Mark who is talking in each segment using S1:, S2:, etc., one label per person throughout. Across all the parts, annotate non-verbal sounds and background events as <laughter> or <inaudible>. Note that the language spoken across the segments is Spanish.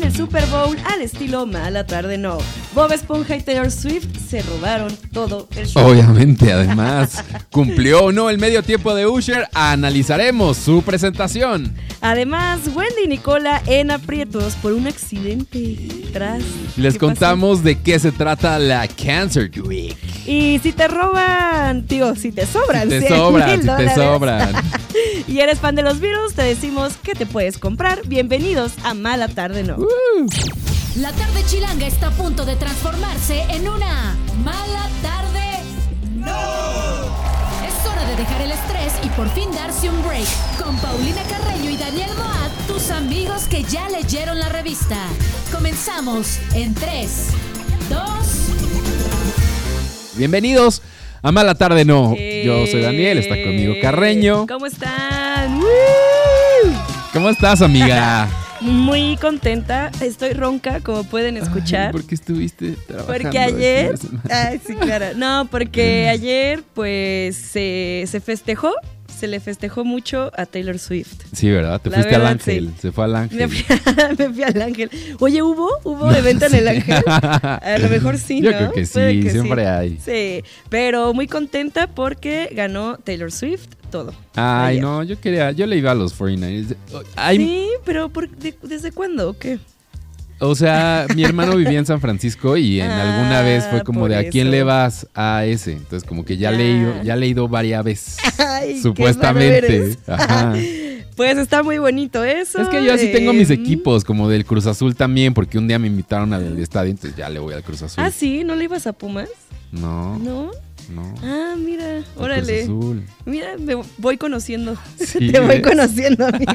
S1: Stone al estilo Mala Tarde No. Bob Esponja y Taylor Swift se robaron todo el show.
S2: Obviamente, además, cumplió o no el medio tiempo de Usher. Analizaremos su presentación.
S1: Además, Wendy y Nicola en aprietos por un accidente tras.
S2: Les
S1: ¿Qué pasó?
S2: contamos de qué se trata la Cancer Week.
S1: Y si te roban, tío, si te sobran,
S2: Te
S1: 100
S2: sobran,
S1: mil
S2: si te
S1: dólares
S2: sobran.
S1: Y eres fan de los virus, te decimos que te puedes comprar. Bienvenidos a Mala Tarde No.
S3: La tarde chilanga está a punto de transformarse en una mala tarde. ¡No! Es hora de dejar el estrés y por fin darse un break. Con Paulina Carreño y Daniel Moat, tus amigos que ya leyeron la revista. Comenzamos en 3, 2,
S2: Bienvenidos a Mala Tarde No. Oh, Yo soy Daniel, está
S1: Eh,
S2: conmigo Carreño.
S1: ¿Cómo están? ¡Woo!
S2: ¿Cómo estás, amiga?
S1: Muy contenta, estoy ronca, como pueden <laughs> escuchar.
S2: ¿Por qué estuviste trabajando?
S1: Porque
S2: el
S1: ayer. ah,
S2: fin de semana?
S1: Ay, sí, claro. No,
S2: <laughs>
S1: porque ayer, pues, se, se festejó. Se le festejó mucho a Taylor Swift.
S2: Sí, ¿verdad? Te
S1: La
S2: fuiste
S1: verdad,
S2: al ángel.
S1: sí.
S2: Se fue al
S1: Me
S2: ángel.
S1: fui, <laughs> me fui al ángel. Oye, ¿hubo? ¿Hubo evento en el
S2: <laughs>
S1: ángel? A lo mejor sí,
S2: Yo
S1: ¿no?
S2: creo que sí,
S1: Puede
S2: siempre hay.
S1: Sí, pero muy contenta porque ganó Taylor Swift todo.
S2: Ay,
S1: Ayer.
S2: no, yo quería, yo le iba a los 49ers. Ay,
S1: Sí, pero ¿por- de- ¿desde cuándo o qué?
S2: O sea, mi hermano vivía en San Francisco y en alguna
S1: Ah,
S2: vez fue como
S1: por
S2: de ¿a quién
S1: eso.
S2: le vas a ese? Entonces como que ya,
S1: Ya.
S2: leí, ya he leído varias veces.
S1: <laughs> Ay, qué bárbaro
S2: supuestamente.
S1: eres.
S2: <laughs> Ajá.
S1: Pues está muy bonito eso.
S2: Es que yo así tengo
S1: eh,
S2: mis
S1: mm.
S2: equipos, como del Cruz Azul también, porque un día me invitaron al estadio, entonces ya le voy al Cruz Azul.
S1: Ah, sí, ¿no le ibas a Pumas?
S2: No, no. Pues,
S1: No. Ah, mira,
S2: al
S1: órale.
S2: Cruz Azul. <laughs>
S1: Mira, me voy conociendo. <laughs>
S2: Sí,
S1: Te voy
S2: ¿ves?
S1: conociendo, amigo.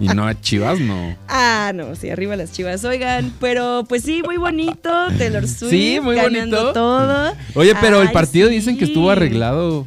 S2: Y no a Chivas, no.
S1: Ah, no, sí, arriba las chivas. Oigan, pero pues sí, muy bonito, Taylor Swift.
S2: Sí, muy
S1: ganando
S2: bonito.
S1: todo.
S2: Oye, pero el
S1: Ay,
S2: partido
S1: sí.
S2: dicen que estuvo arreglado.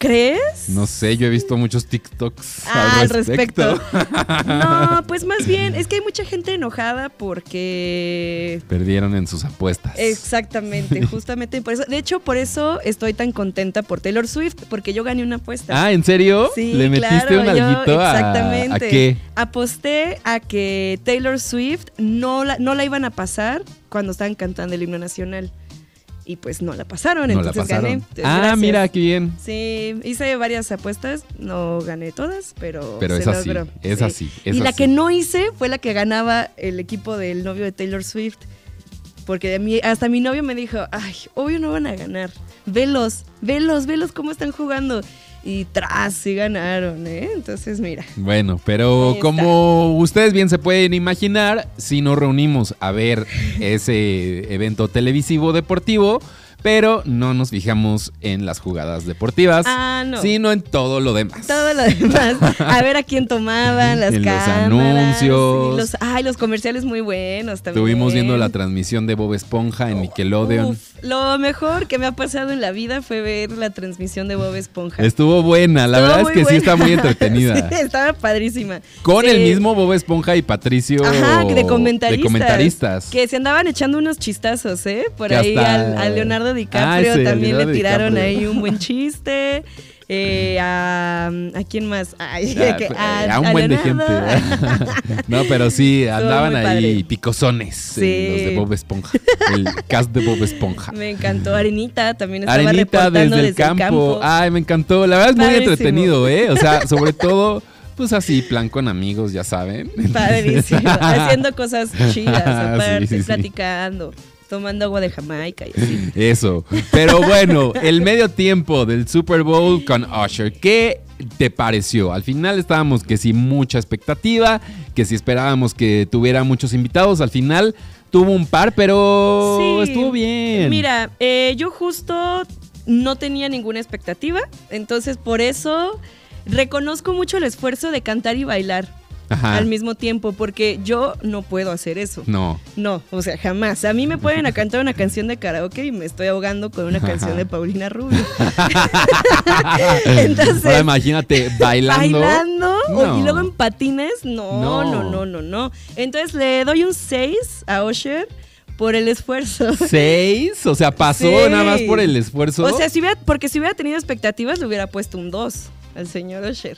S1: ¿Crees?
S2: No sé, yo he visto muchos TikToks
S1: Ah,
S2: al respecto.
S1: <laughs>
S2: <laughs>
S1: no, pues más bien, es que hay mucha gente enojada porque.
S2: Perdieron en sus apuestas. <laughs>
S1: Exactamente, justamente por eso. De hecho, por eso estoy tan contenta por Taylor Swift, porque yo gané una apuesta.
S2: Ah, ¿en serio?
S1: Sí,
S2: ¿Le metiste
S1: claro,
S2: un
S1: yo-
S2: alguito a-
S1: exactamente.
S2: a, qué?
S1: Aposté a que Taylor Swift no la, no la iban a pasar cuando estaban cantando el himno nacional. Y pues no la pasaron,
S2: no la
S1: entonces gané.
S2: pasaron.
S1: Entonces,
S2: ah,
S1: gracias.
S2: mira, qué bien.
S1: Sí, hice varias apuestas, no gané todas, pero,
S2: Pero
S1: se
S2: es así,
S1: logró.
S2: es
S1: Sí.
S2: así, es
S1: y la
S2: así.
S1: que no hice fue la que ganaba el equipo del novio de Taylor Swift. Porque de mí- hasta mi novio me dijo, ay, obvio no van a ganar. Velos, velos, velos cómo están jugando. Y tras, sí ganaron, ¿eh? Entonces, mira.
S2: Bueno, pero
S1: Ahí está.
S2: como ustedes bien se pueden imaginar, si nos reunimos a ver ese evento televisivo deportivo, pero no nos fijamos en las jugadas deportivas,
S1: Ah, no.
S2: sino en todo lo demás.
S1: Todo lo demás. A ver a quién tomaban, las
S2: <laughs> En los
S1: cámaras.
S2: anuncios.
S1: y los, ay, los comerciales muy buenos también. Oh,
S2: Estuvimos viendo la transmisión de Bob Esponja en Nickelodeon.
S1: Uf, lo mejor que me ha pasado en la vida fue ver la transmisión de Bob Esponja.
S2: Estuvo buena, la
S1: Estuvo
S2: verdad es
S1: muy
S2: que sí
S1: buena.
S2: está muy entretenida.
S1: <laughs> Sí, estaba padrísima.
S2: Con
S1: Sí.
S2: el mismo Bob Esponja y Patricio
S1: Eh, Ajá, de comentaristas.
S2: de comentaristas.
S1: Que se andaban echando unos chistazos, ¿eh? Por
S2: Que
S1: ahí
S2: hasta-
S1: al, a Leonardo DiCaprio
S2: Ah, ese,
S1: también
S2: Leonardo
S1: le tiraron
S2: DiCaprio.
S1: ahí un
S2: <laughs>
S1: buen chiste. Eh, a, ¿A quién más? Ay,
S2: Ah,
S1: <laughs> que-
S2: eh, a un buen de gente.
S1: Leonardo.
S2: ¿verdad? <laughs> no, pero sí, andaban
S1: muy
S2: ahí
S1: padre.
S2: picosones eh, los
S1: Sí.
S2: de Bob Esponja. El cast de Bob
S1: <laughs> <laughs>
S2: Esponja.
S1: Me encantó. Arenita también estaba
S2: Arenita
S1: reportando
S2: desde, el campo. Ay, me encantó. La verdad es muy
S1: Padrísimo.
S2: entretenido, ¿eh? O sea, sobre todo, pues así, plan con amigos, ya saben.
S1: <laughs>
S2: <laughs>
S1: Padrísimo. haciendo cosas chidas,
S2: Ah, <laughs> sí,
S1: aparte,
S2: sí, sí.
S1: platicando, tomando agua de Jamaica y así.
S2: Eso. Pero bueno, el medio tiempo del Super Bowl con Usher. ¿Qué te pareció? Al final estábamos que sí, mucha expectativa, que si esperábamos que tuviera muchos invitados. Al final tuvo un par, pero
S1: Sí.
S2: Oh, estuvo bien.
S1: Mira, eh, yo justo no tenía ninguna expectativa, entonces por eso reconozco mucho el esfuerzo de cantar y bailar
S2: Ajá.
S1: al mismo tiempo, porque yo no puedo hacer eso.
S2: No.
S1: No, o sea, jamás. A mí me pueden a cantar una canción de karaoke y me estoy ahogando con
S2: <laughs>
S1: una canción de Paulina Rubio. Entonces,
S2: Ahora imagínate bailando.
S1: bailando o-
S2: No.
S1: y luego en patines. No,
S2: No.
S1: no, no, no, no, Entonces le doy un 6 a Osher por el esfuerzo.
S2: Seis, o sea, pasó
S1: Sí.
S2: nada más por el esfuerzo.
S1: O sea, si hubiera, porque si hubiera tenido expectativas, le hubiera puesto un 2 al señor Osher.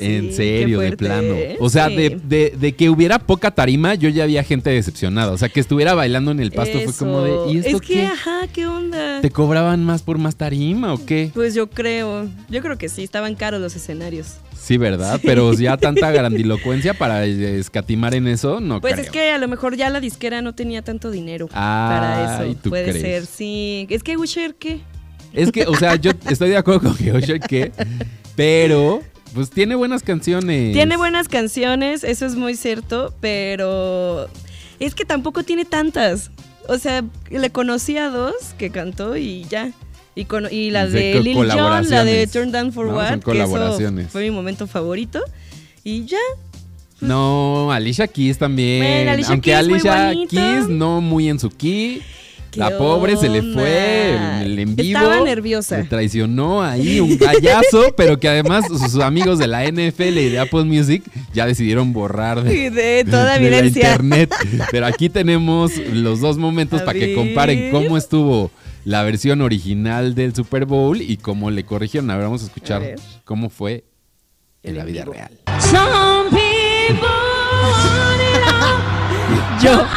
S2: en
S1: Sí,
S2: serio,
S1: qué
S2: de
S1: fuerte,
S2: plano.
S1: ¿eh?
S2: O sea,
S1: Sí.
S2: de, de- de que hubiera poca tarima, yo ya había gente decepcionada. O sea, que estuviera bailando en el pasto fue como de. ¿Y
S1: Eso.
S2: esto
S1: es que,
S2: qué?
S1: ajá, ¿qué onda?
S2: ¿Te cobraban más por más tarima o qué?
S1: Pues yo creo, yo creo que sí, estaban caros los escenarios.
S2: Sí, ¿verdad? Pero
S1: <laughs>
S2: ya tanta grandilocuencia para eh, escatimar en eso, no
S1: Pues
S2: creo.
S1: es que a lo mejor ya la disquera no tenía tanto dinero
S2: Ah,
S1: para
S2: ¿y
S1: eso.
S2: tú
S1: Puede
S2: crees?
S1: ser, sí. Es que Usher, ¿qué?
S2: Es que, o sea, yo estoy de acuerdo con que
S1: <laughs>
S2: Usher que, pero pues tiene buenas canciones.
S1: Tiene buenas canciones, eso es muy cierto, pero es que tampoco tiene tantas. O sea, le conocí a dos que cantó y ya. Y, cono- y la
S2: De
S1: de,
S2: co-
S1: Lily John, la de
S2: colaboraciones,
S1: Turn Down for
S2: ¿no?
S1: What,
S2: Son
S1: que eso
S2: colaboraciones.
S1: fue mi momento favorito. Y
S2: <laughs>
S1: ya,
S2: No, Alicia Keys también.
S1: Bueno, Alicia
S2: Aunque
S1: Keys, muy
S2: Alicia
S1: bonita.
S2: Keys no muy en su key.
S1: ¿Qué
S2: La pobre se le
S1: onda?
S2: fue en el en vivo.
S1: Estaba nerviosa.
S2: Le traicionó ahí un payaso, <laughs> pero que además sus amigos de la NFL y de Apple Music ya decidieron borrar de,
S1: y <laughs> de toda
S2: de la
S1: evidencia.
S2: internet. Pero aquí tenemos los dos momentos
S1: A
S2: para que
S1: ver.
S2: comparen cómo estuvo la versión original del Super Bowl y cómo le corrigieron. A ver, vamos a escuchar
S1: A ver.
S2: cómo fue en
S1: El
S2: la
S1: en
S2: vida
S1: vivo.
S2: real.
S4: Some people wanna know
S2: Yo.
S1: <laughs>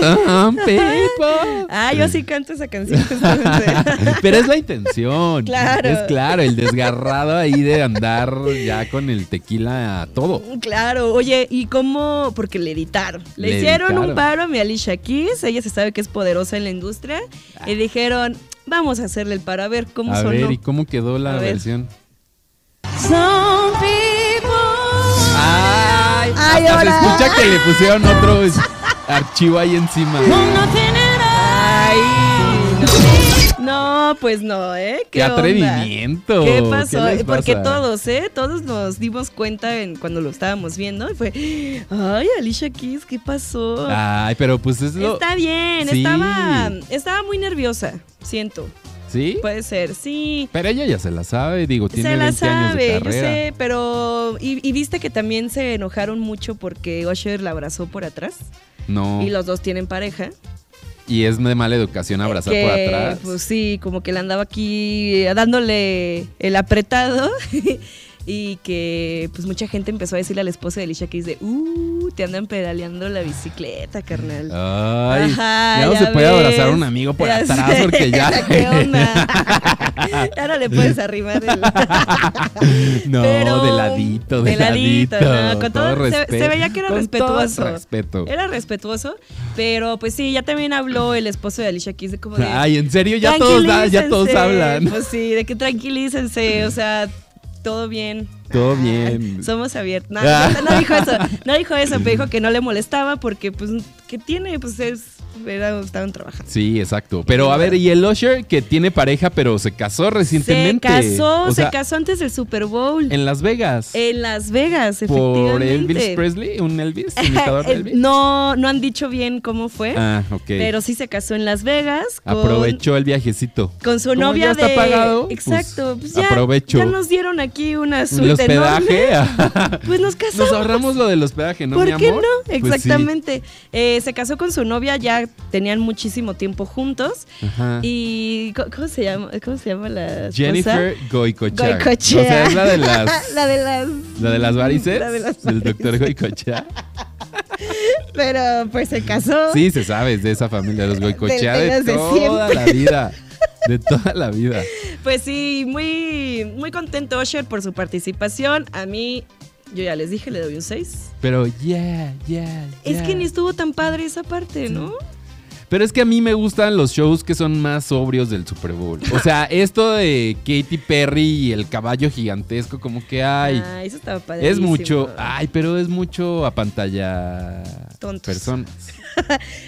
S2: Some people.
S1: Ah, yo sí canto esa canción.
S2: <laughs>
S1: justamente.
S2: Pero es la intención.
S1: Claro.
S2: Es claro, el desgarrado ahí de andar ya con el tequila a todo.
S1: Claro, oye, ¿y cómo? Porque le editaron. Le,
S2: Le
S1: hicieron
S2: editaron.
S1: un paro a mi Alicia Keys, ella se sabe que es poderosa en la industria, y dijeron, vamos a hacerle el paro, a ver cómo
S2: Ah. A
S1: sonó.
S2: ver, ¿y cómo quedó la
S1: A ver.
S2: versión?
S4: Some people
S2: Ay,
S1: Ay,
S2: hasta Ah, se
S1: hola.
S2: escucha que le pusieron otro es- archivo ahí encima.
S4: know nothing at
S1: Ay, no. No, pues no, ¿eh?
S2: ¡Qué
S1: onda?
S2: atrevimiento!
S1: ¿Qué pasó?
S2: ¿Qué les
S1: Porque
S2: pasa?
S1: todos, ¿eh? Todos nos dimos cuenta en, cuando lo estábamos viendo y fue, ay, Alicia Keys, ¿qué pasó?
S2: Ay, pero pues es lo.
S1: Está bien,
S2: Sí.
S1: estaba, estaba muy nerviosa, siento.
S2: ¿Sí?
S1: Puede ser, sí.
S2: Pero ella ya se la sabe, digo,
S1: pues
S2: tiene
S1: se la
S2: 20 años de
S1: sabe, yo
S2: carrera.
S1: sé, pero. Y, y viste que también se enojaron mucho porque Usher la abrazó por atrás
S2: No.
S1: y
S2: Y,
S1: los dos tienen pareja.
S2: es de mala educación abrazar
S1: que,
S2: por atrás.
S1: Pues sí, como que le andaba aquí eh, dándole el apretado <laughs> y que pues mucha gente empezó a decirle a la esposa de Alicia Keys de, uh, te andan pedaleando la bicicleta, carnal.
S2: Ay,
S1: Ajá,
S2: ya no se
S1: ya
S2: puede abrazar a
S1: ves.
S2: un amigo por
S1: Ya
S2: atrás
S1: sé.
S2: porque ya.
S1: <laughs> ¿Qué onda? ya no le puedes arrimar el.
S2: <laughs> No,
S1: Pero-
S2: de ladito, de,
S1: de ladito,
S2: ladito,
S1: no, con todo- se- se veía que era
S2: Con todo
S1: respetuoso.
S2: respeto.
S1: Era respetuoso, pero pues sí, ya también habló el esposo de Alicia Keys de como de.
S2: Ay, en serio, ya todos, da- ya todos
S1: "Tranquilícense".
S2: hablan. <laughs>
S1: Pues sí, de que tranquilícense, o sea, todo bien.
S2: Todo
S1: Ah, <laughs>
S2: bien.
S1: Somos abiertos. No,
S2: Ah.
S1: no, no dijo eso, no dijo eso, pero
S2: <laughs>
S1: dijo que no le molestaba porque, pues, ¿qué tiene? Pues es, era- estaban trabajando.
S2: Sí, exacto. Pero a ver, y el Usher que tiene pareja, pero se casó
S1: Se
S2: recientemente.
S1: casó,
S2: O sea,
S1: se casó antes del Super Bowl.
S2: En Las Vegas.
S1: En Las Vegas,
S2: por
S1: efectivamente.
S2: Elvis Presley, un
S1: <laughs>
S2: Elvis, imitador de
S1: Eh,
S2: Elvis.
S1: no, no han dicho bien cómo fue,
S2: Ah, ok.
S1: pero sí se casó en Las Vegas. Con,
S2: Aprovechó el viajecito.
S1: Con su
S2: Como
S1: novia
S2: ya está
S1: de.
S2: pagado,
S1: Exacto.
S2: pues,
S1: pues ya,
S2: aprovecho.
S1: ya nos dieron aquí una
S2: El
S1: suite
S2: hospedaje.
S1: enorme. <laughs> Pues nos casamos.
S2: <laughs> Nos ahorramos lo del hospedaje, ¿no,
S1: ¿Por
S2: mi
S1: qué
S2: amor?
S1: no?
S2: Pues sí.
S1: Exactamente. Eh, se casó con su novia, ya tenían muchísimo tiempo juntos.
S2: Ajá.
S1: Y co- ¿cómo se llama? ¿Cómo se llama la esposa?
S2: Jennifer Goicochea.
S1: Goicoechea.
S2: O sea, es la
S1: <laughs>
S2: de las.
S1: La de las.
S2: la de las varices.
S1: La de las
S2: del
S1: varices.
S2: doctor Goicochea.
S1: Pero pues se casó.
S2: Sí, se sabe, es de esa familia, de los Goicochea de,
S1: Del- de los de
S2: toda la vida. De toda la vida.
S1: Pues sí, muy, muy contento Osher por su participación. A mí, yo ya les dije, le doy un 6.
S2: Pero yeah, yeah.
S1: Es que
S2: yeah.
S1: ni estuvo tan padre esa parte, ¿no?
S2: Pero es que a mí me gustan los shows que son más sobrios del Super Bowl. O sea, esto de Katy Perry y el caballo gigantesco, como que hay.
S1: Ah, eso estaba padre.
S2: es mucho. Ah. Ay, pero es mucho a pantalla.
S1: Tontos. <laughs>
S2: Personas.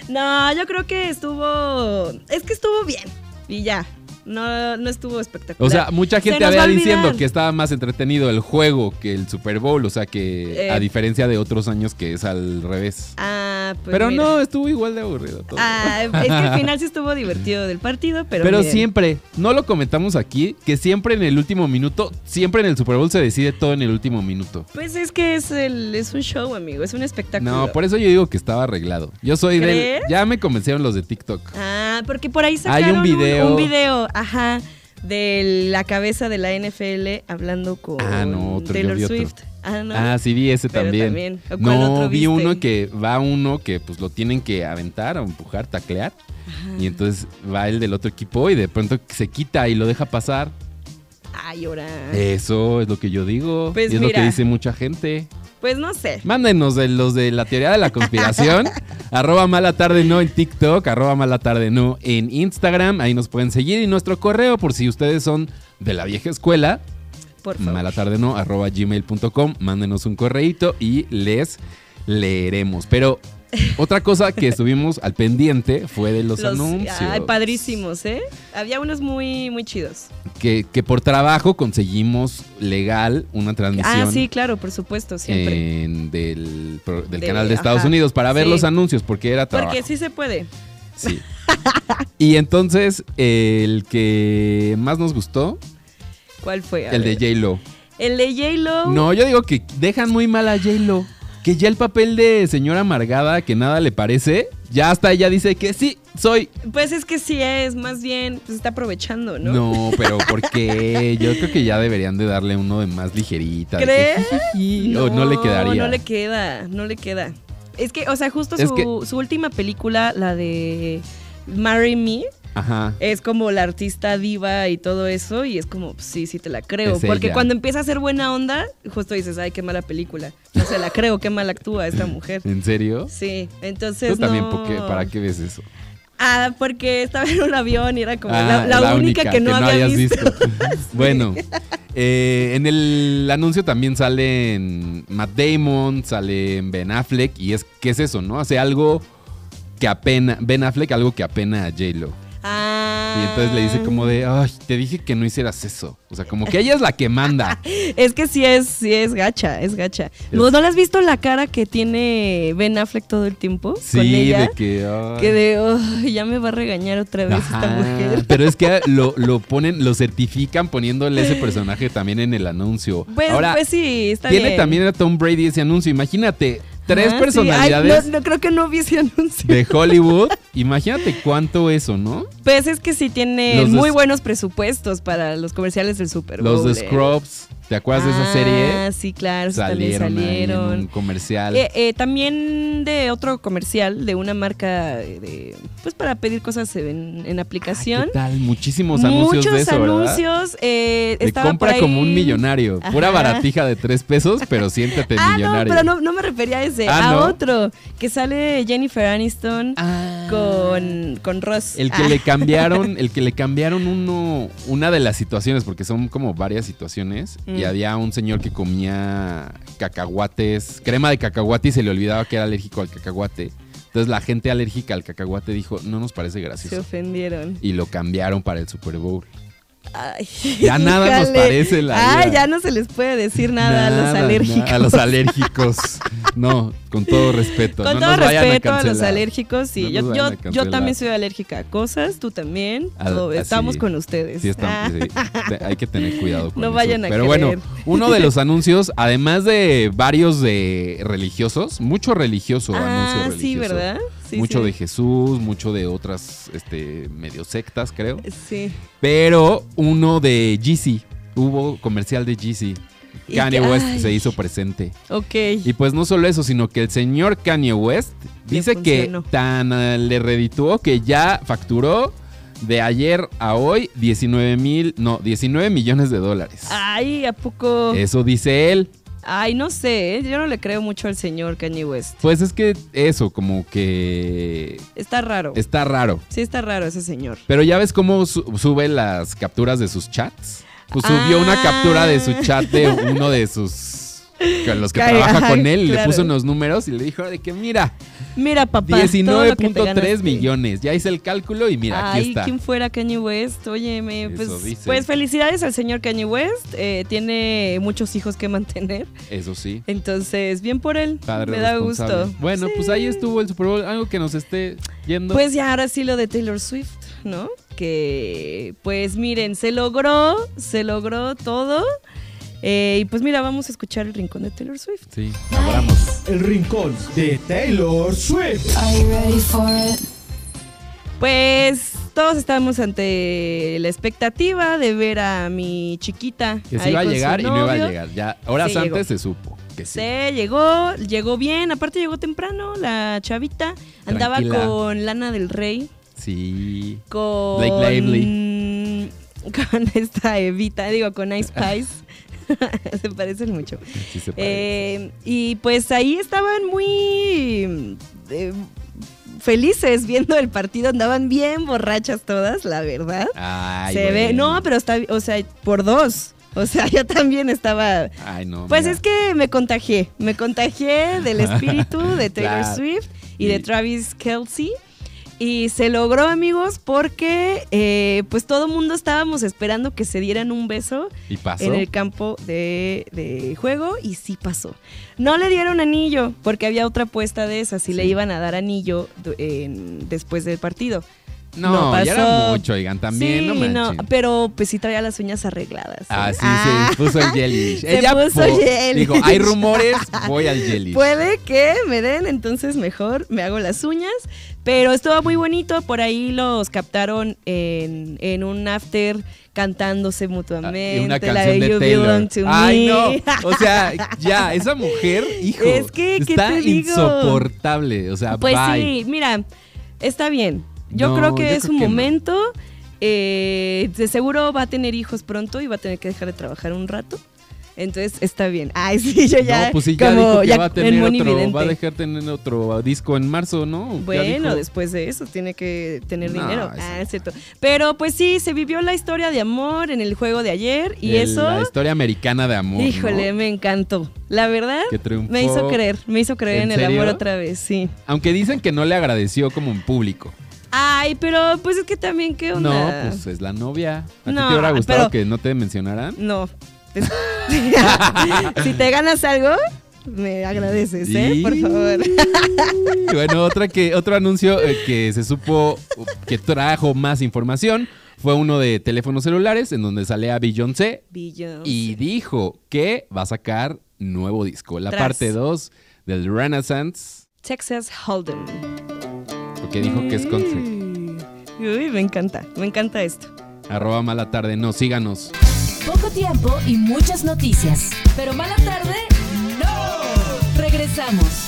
S1: No, yo creo que estuvo. Es que estuvo bien. Y ya. No, no estuvo espectacular.
S2: O sea, mucha gente
S1: nos va
S2: había
S1: a olvidar.
S2: diciendo que estaba más entretenido el juego que el Super Bowl. O sea, que
S1: Eh.
S2: a diferencia de otros años que es al revés.
S1: Ah, pues.
S2: pero
S1: mira.
S2: no, estuvo igual de aburrido todo.
S1: Ah, es que al final sí estuvo divertido del partido, pero.
S2: Pero
S1: miren.
S2: siempre, no lo comentamos aquí, que siempre en el último minuto, siempre en el Super Bowl se decide todo en el último minuto.
S1: Pues es que es, el, es un show, amigo. Es un espectáculo.
S2: No, por eso yo digo que estaba arreglado. Yo soy de...
S1: ¿Crees?
S2: Ya me convencieron los de TikTok.
S1: Ah, porque por ahí sacaron
S2: Hay un video.
S1: Un, video, ajá. de la cabeza de la NFL hablando con
S2: Ah, no, otro, yo
S1: Taylor
S2: vi otro.
S1: Swift. Ah, no.
S2: Ah, sí, vi ese
S1: Pero
S2: también.
S1: también. ¿O cuál
S2: No,
S1: otro
S2: vi
S1: viste?
S2: uno que va uno que pues lo tienen que aventar o empujar, taclear. Y entonces va el del otro equipo y de pronto se quita y lo deja pasar.
S1: Ay, ahora.
S2: Eh. Eso es lo que yo digo.
S1: Ah. Pues
S2: y es lo que
S1: mira.
S2: dice mucha gente.
S1: Pues no sé.
S2: Mándenos de los de la teoría de la
S1: <laughs>
S2: conspiración. arroba mala tarde no en TikTok, arroba mala tarde no en Instagram. Ahí nos pueden seguir. Y nuestro correo, por si ustedes son de la vieja escuela,
S1: Por favor.
S2: malatardeno arroba gmail.com. Mándenos un correíto y les leeremos.
S1: <laughs>
S2: Pero otra cosa que estuvimos al pendiente fue de los, anuncios.
S1: Ay, padrísimos, ¿eh? Había unos muy, muy chidos.
S2: Que, que por trabajo conseguimos legal una transmisión.
S1: Ah, sí, claro, por supuesto, siempre.
S2: en- del, pro- del
S1: De-
S2: canal de Estados
S1: ajá,
S2: Unidos para ver
S1: sí.
S2: los anuncios porque era trabajo.
S1: Porque sí se puede. <laughs>
S2: Sí. y entonces el que más nos gustó,
S1: ¿Cuál fue? A
S2: el de
S1: ver.
S2: J-Lo.
S1: El de J-Lo.
S2: No, yo digo que dejan muy mal a J-Lo. Que ya el papel de señora amargada que nada le parece, ya hasta ella dice que sí, soy.
S1: Pues es que sí es, más bien, pues está aprovechando, ¿no?
S2: No, pero ¿por qué? Yo creo que ya deberían de darle uno de más ligerita. de que
S1: ¿Crees?
S2: jijiji, o no le quedaría.
S1: No le queda, no le queda. Es que, o sea, justo
S2: Es
S1: su,
S2: que-
S1: su última película, la de Marry Me,
S2: Ajá.
S1: es como la artista diva y todo eso, y es como, pues, sí, sí te la creo.
S2: Es
S1: Porque
S2: ella.
S1: cuando empieza a ser buena onda, justo dices, ay, qué mala película. No se la creo, qué mal actúa
S2: <laughs>
S1: esta mujer.
S2: ¿En serio?
S1: Sí, entonces
S2: Tú también,
S1: no.
S2: ¿por qué- ¿para qué ves eso?
S1: Ah, porque estaba en un avión y era como
S2: Ah,
S1: la, la única, que no, había
S2: habías
S1: visto. <laughs>
S2: <laughs> bueno, eh, en el anuncio también salen Matt Damon, salen Ben Affleck y es que es eso, ¿no? Hace algo que apenas Ben Affleck algo que apena a J-Lo.
S1: Ah.
S2: Y entonces le dice como de, "Ay, te dije que no hicieras eso." O sea, como que ella es la
S1: <laughs>
S2: que manda.
S1: Es que sí es, sí es gacha, es gacha. ¿No, ¿no le has visto la cara que tiene Ben Affleck todo el tiempo? con
S2: Sí,
S1: ella?
S2: de que ay.
S1: Que de, "Oh, ya me va a regañar otra vez esta
S2: Ajá,
S1: mujer.
S2: Pero es que lo, lo ponen, lo certifican poniéndole
S1: <laughs>
S2: ese personaje también en el anuncio.
S1: Pues,
S2: Ahora,
S1: pues sí, está
S2: Tiene
S1: bien.
S2: también a Tom Brady ese anuncio. Imagínate, tres
S1: Ah, sí.
S2: personalidades
S1: Ay, no, no, creo que no vi <laughs> ese anuncio.
S2: de Hollywood. Imagínate cuánto eso, ¿no?
S1: Pues es que sí tiene
S2: Los de-
S1: muy buenos presupuestos para los comerciales del Super Bowl.
S2: Los de
S1: eh.
S2: Scrubs, ¿te acuerdas de esa
S1: Ah,
S2: serie?
S1: sí, claro, esos también
S2: Salieron, ahí en
S1: salieron.
S2: un comercial.
S1: Eh, eh, también de otro comercial de una marca eh, de, pues para pedir cosas en, en
S2: ¿Qué
S1: aplicación.
S2: tal? Muchísimos anuncios
S1: Muchos
S2: de eso, ¿verdad?
S1: anuncios. Eh,
S2: Te
S1: estaba por
S2: compra
S1: ahí-
S2: como un millonario. Pura
S1: Ajá.
S2: baratija de tres pesos, pero siéntate
S1: Ah, no,
S2: millonario.
S1: pero no, no me refería a ese,
S2: Ah,
S1: a
S2: ¿no?
S1: otro. Que sale Jennifer Aniston
S2: Ah.
S1: con, con Ross.
S2: El que
S1: Ah,
S2: le
S1: <laughs>
S2: cambiaron, el que le cambiaron uno, una de las situaciones, porque son como varias situaciones, y
S1: Mm.
S2: había un señor que comía cacahuates, crema de cacahuate y se le olvidaba que era alérgico al cacahuate. Entonces la gente alérgica al cacahuate dijo, no nos parece
S1: Ah,
S2: <laughs>
S1: Se
S2: gracioso.
S1: ofendieron.
S2: Y lo cambiaron para el Super Bowl.
S1: Ay,
S2: Ya nada nos
S1: híjole.
S2: parece la
S1: Ah,
S2: vida.
S1: ya no se les puede decir nada, a los
S2: Nada,
S1: alérgicos.
S2: nada, a
S1: <laughs>
S2: los alérgicos. No, con todo respeto.
S1: Con
S2: no
S1: todo
S2: nos vayan
S1: respeto a, los
S2: cancelar.
S1: alérgicos, sí.
S2: No
S1: yo,
S2: nos
S1: yo,
S2: vayan a
S1: yo
S2: cancelar.
S1: también soy alérgica a cosas, tú también.
S2: Al-
S1: todo,
S2: así.
S1: estamos con ustedes.
S2: Sí, estamos,
S1: Ah, <laughs>
S2: sí. Te- Hay que tener cuidado con
S1: No
S2: eso.
S1: vayan a
S2: Pero bueno,
S1: creer.
S2: uno de los anuncios, además de varios de religiosos, mucho religioso anuncio
S1: ah,
S2: religioso.
S1: sí, ¿verdad? Sí,
S2: mucho
S1: sí.
S2: de Jesús, mucho de otras este, medio sectas, creo.
S1: Sí.
S2: Pero uno de Jeezy. Hubo comercial de Jeezy.
S1: Y
S2: Kanye
S1: que-
S2: West
S1: ay.
S2: se hizo presente.
S1: Ok.
S2: Y pues no solo eso, sino que el señor Kanye West
S1: Le
S2: dice que
S1: funcionó.
S2: tan eh, le redituó que ya facturó de ayer a hoy 19 mil, no, 19 millones de dólares.
S1: Ay, ¿a poco?
S2: Eso dice él.
S1: Ay, no sé, ¿eh? yo no le creo mucho al señor Kanye West.
S2: Pues es que eso, como que
S1: Está raro.
S2: está raro.
S1: Sí, está raro ese señor.
S2: Pero ya ves cómo su- sube las capturas de sus chats. Pues subió una
S1: Ah.
S2: captura de su chat de
S1: <laughs>
S2: uno de sus con los que
S1: Ay,
S2: trabaja con
S1: ay,
S2: él, y le
S1: claro.
S2: puso unos números y le dijo de que mira,
S1: Mira, papá. todo lo que te
S2: 19.3
S1: ganaste.
S2: millones. Ya hice el cálculo y mira,
S1: Ay,
S2: aquí está.
S1: ¿quién fuera Kanye West? Óyeme,
S2: Eso
S1: pues,
S2: dicen.
S1: pues felicidades al señor Kanye West. eh, tiene muchos hijos que mantener.
S2: Eso sí.
S1: Entonces, bien por él.
S2: Padre
S1: Me da
S2: responsable.
S1: gusto.
S2: Bueno,
S1: Sí.
S2: pues ahí estuvo el Super Bowl. Algo que nos esté yendo.
S1: Pues ya ahora sí lo de Taylor Swift, ¿no? Que pues miren, se logró, se logró todo. Eh, y pues mira, vamos a escuchar el rincón de Taylor Swift.
S2: sí, abramos.
S5: El rincón de Taylor Swift.
S6: Are you ready for it?
S1: Pues todos estábamos ante la expectativa de ver a mi chiquita.
S2: Que
S1: ahí
S2: sí iba a
S1: con su
S2: llegar y no iba a
S1: novio.
S2: llegar. Ya, horas
S1: Sí
S2: antes
S1: llegó.
S2: se supo que sí.
S1: Se llegó, llegó bien, aparte llegó temprano la chavita, andaba
S2: Tranquila.
S1: con Lana del Rey,
S2: Sí.
S1: con
S2: Blake
S1: <laughs> con esta Evita, digo con Ice Spice. <laughs> se parecen mucho.
S2: Sí se parece.
S1: Eh, y pues ahí estaban muy eh, felices viendo el partido, andaban bien borrachas todas, la verdad.
S2: Ay,
S1: Se ve,
S2: bueno.
S1: no, pero está, o sea, por dos. O sea, <laughs> yo también estaba
S2: Ay, no.
S1: pues
S2: mira.
S1: es que me contagié, me contagié
S2: <laughs>
S1: del espíritu de Taylor
S2: Claro.
S1: Swift y
S2: Y-
S1: de Travis Kelsey. Y se logró, amigos, porque eh, pues todo mundo estábamos esperando que se dieran un beso
S2: ¿Y pasó?
S1: en el campo de, de juego y sí pasó. No le dieron anillo porque había otra apuesta de esas, si le
S2: Sí.
S1: iban a dar anillo du- en- después del partido.
S2: No,
S1: no
S2: ya era
S1: pasó.
S2: mucho, oigan, también,
S1: Sí,
S2: no manchen.
S1: pero pues sí traía las uñas arregladas. ¿eh?
S2: Ah, sí,
S1: Ah.
S2: se puso el
S1: <laughs>
S2: Jellish.
S1: se
S2: Ella
S1: puso
S2: po-
S1: Jellish.
S2: Dijo, hay rumores, voy al
S1: <laughs>
S2: Jellish.
S1: Puede que me den, entonces mejor me hago las uñas. Pero estuvo muy bonito, por ahí los captaron en, en un after cantándose mutuamente.
S2: Ah, Y una
S1: la
S2: canción de
S1: You
S2: Taylor.
S1: Belong to
S2: Ay,
S1: Me.
S2: no.
S1: <laughs>
S2: O sea, ya, esa mujer, hijo,
S1: Es que, ¿qué
S2: está
S1: te digo?
S2: insoportable. O sea,
S1: Pues
S2: bye.
S1: sí, mira, está bien. Yo
S2: No,
S1: creo que
S2: yo
S1: es
S2: creo
S1: un
S2: que no.
S1: momento. eh, de seguro va a tener hijos pronto y va a tener que dejar de trabajar un rato. Entonces está bien. Ay, sí, yo ya.
S2: no, pues sí, ya
S1: como
S2: dijo que
S1: ya
S2: va a
S1: en
S2: tener otro,
S1: monividente.
S2: va a dejar tener otro disco en marzo, ¿no? Ya
S1: Bueno,
S2: dijo.
S1: después de eso tiene que tener
S2: No,
S1: dinero.
S2: eso
S1: Ah,
S2: no.
S1: es cierto. Pero pues sí, se vivió la historia de amor en el juego de ayer y
S2: El-
S1: eso,
S2: La historia americana de amor. ¿no?
S1: híjole, me encantó. La verdad,
S2: Que triunfó.
S1: me hizo creer, me hizo creer
S2: ¿En
S1: en, el amor
S2: serio?
S1: otra vez, sí.
S2: Aunque dicen que no le agradeció como en público.
S1: Ay, pero pues es que también, ¿qué onda?
S2: No, pues es la novia. ¿A ti
S1: No,
S2: te hubiera gustado
S1: pero-
S2: que no te mencionaran?
S1: No.
S2: <laughs>
S1: Es- <laughs> si te ganas algo, me agradeces, ¿eh? Por
S2: Y- <laughs>
S1: favor.
S2: Bueno, otra que, otro anuncio eh, que se supo eh, que trajo más información fue uno de teléfonos celulares en donde sale a Beyoncé
S1: Beyoncé.
S2: y dijo que va a sacar nuevo disco, la
S1: Tras.
S2: parte 2 del Renaissance,
S1: Texas Hold'em.
S2: porque dijo que es
S1: Mm.
S2: country.
S1: Uy, me encanta, me encanta esto.
S2: Arroba mala tarde, no, síganos.
S3: Poco tiempo y muchas noticias. Pero mala tarde, no. Regresamos.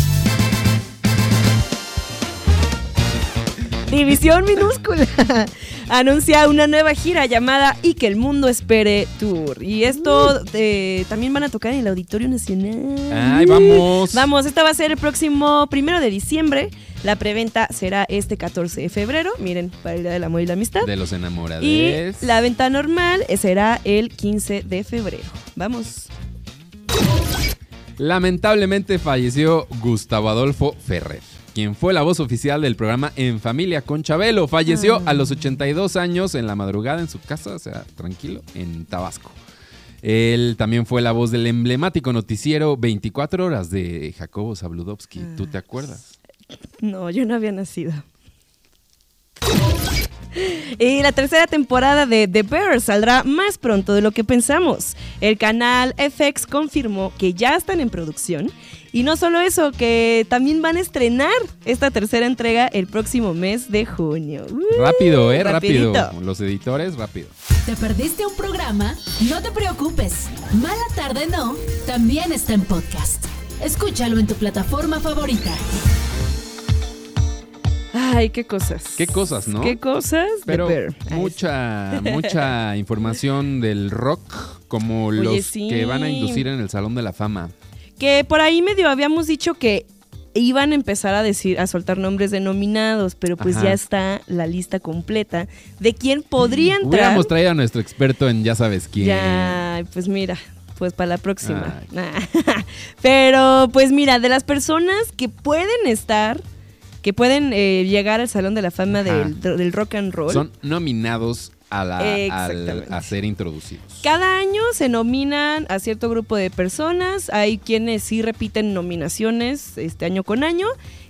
S1: División minúscula. <laughs> Anuncia una nueva gira llamada Y que el mundo espere Tour. Y esto eh, también van a tocar en el Auditorio Nacional.
S2: Mm. Ay, vamos.
S1: Vamos, esta va a ser el próximo primero de diciembre. La preventa será este 14 de febrero. Miren, para el Día del Amor y la Amistad.
S2: De los enamorados.
S1: Y la venta normal eh, será el 15 de febrero. Vamos.
S2: Lamentablemente falleció Gustavo Adolfo Ferrer, quien fue la voz oficial del programa En Familia con Chabelo. Falleció
S1: Ah.
S2: a los 82 años en la madrugada en su casa, o sea, tranquilo, en Tabasco. Él también fue la voz del emblemático noticiero 24 horas de Jacobo Zabludovsky.
S1: Ah.
S2: ¿Tú te acuerdas?
S1: No, yo no había nacido. Y la tercera temporada de The Bear saldrá más pronto de lo que pensamos. El canal FX confirmó que ya están en producción. Y no solo eso, que también van a estrenar esta tercera entrega el próximo mes de junio. ¡Uh!
S2: Rápido, eh, rápido.
S1: rapidito.
S2: Los editores, rápido.
S3: ¿Te perdiste un programa? No te preocupes. Mala tarde no, también está en podcast. Escúchalo en tu plataforma favorita.
S1: Ay, qué cosas.
S2: Qué cosas, ¿no?
S1: Qué cosas. The
S2: Pero
S1: Bear. Ahí
S2: mucha,
S1: <laughs>
S2: mucha información del rock, como
S1: Oye,
S2: los
S1: sí.
S2: que van a inducir en el Salón de la Fama.
S1: Que por ahí medio habíamos dicho que iban a empezar a decir, a soltar nombres de nominados, pero pues
S2: Ajá.
S1: ya está la lista completa de quién podría entrar.
S2: Hubiéramos traído a nuestro experto en ya sabes quién.
S1: Ya, pues mira, pues para la próxima.
S2: Ay.
S1: Nah. <laughs> pero pues mira, de las personas que pueden estar, que pueden eh, llegar al Salón de la Fama
S2: Ajá.
S1: del, del rock and roll.
S2: Son nominados a, la, al-
S1: Exactamente.
S2: a ser introducidos.
S1: Cada año se nominan a cierto grupo de personas, hay quienes sí repiten nominaciones este año con año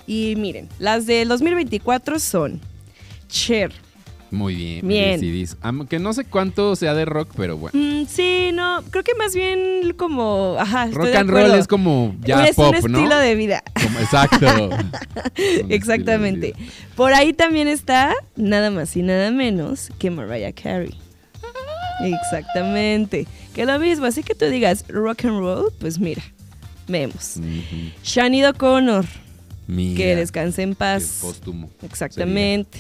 S1: y miren, las del 2024 son Cher,
S2: Muy bien.
S1: Bien.
S2: Mercedes. Am- Que no sé cuánto sea de rock, pero bueno.
S1: Mm, sí, no, creo que más bien como, ajá, estoy
S2: Rock
S1: de
S2: and
S1: acuerdo.
S2: roll es como ya
S1: es
S2: pop,
S1: un
S2: ¿no?
S1: estilo de vida.
S2: Como-
S1: <laughs>
S2: exacto. Un estilo de
S1: Exactamente.
S2: vida.
S1: Por ahí también está nada más y nada menos que Mariah Carey. Exactamente. Que lo mismo, así que tú digas rock and roll, pues mira, vemos.
S2: Ujú.
S1: Shanida Connor,
S2: Mira,
S1: que descanse en
S2: que
S1: paz.
S2: es póstumo.
S1: Exactamente.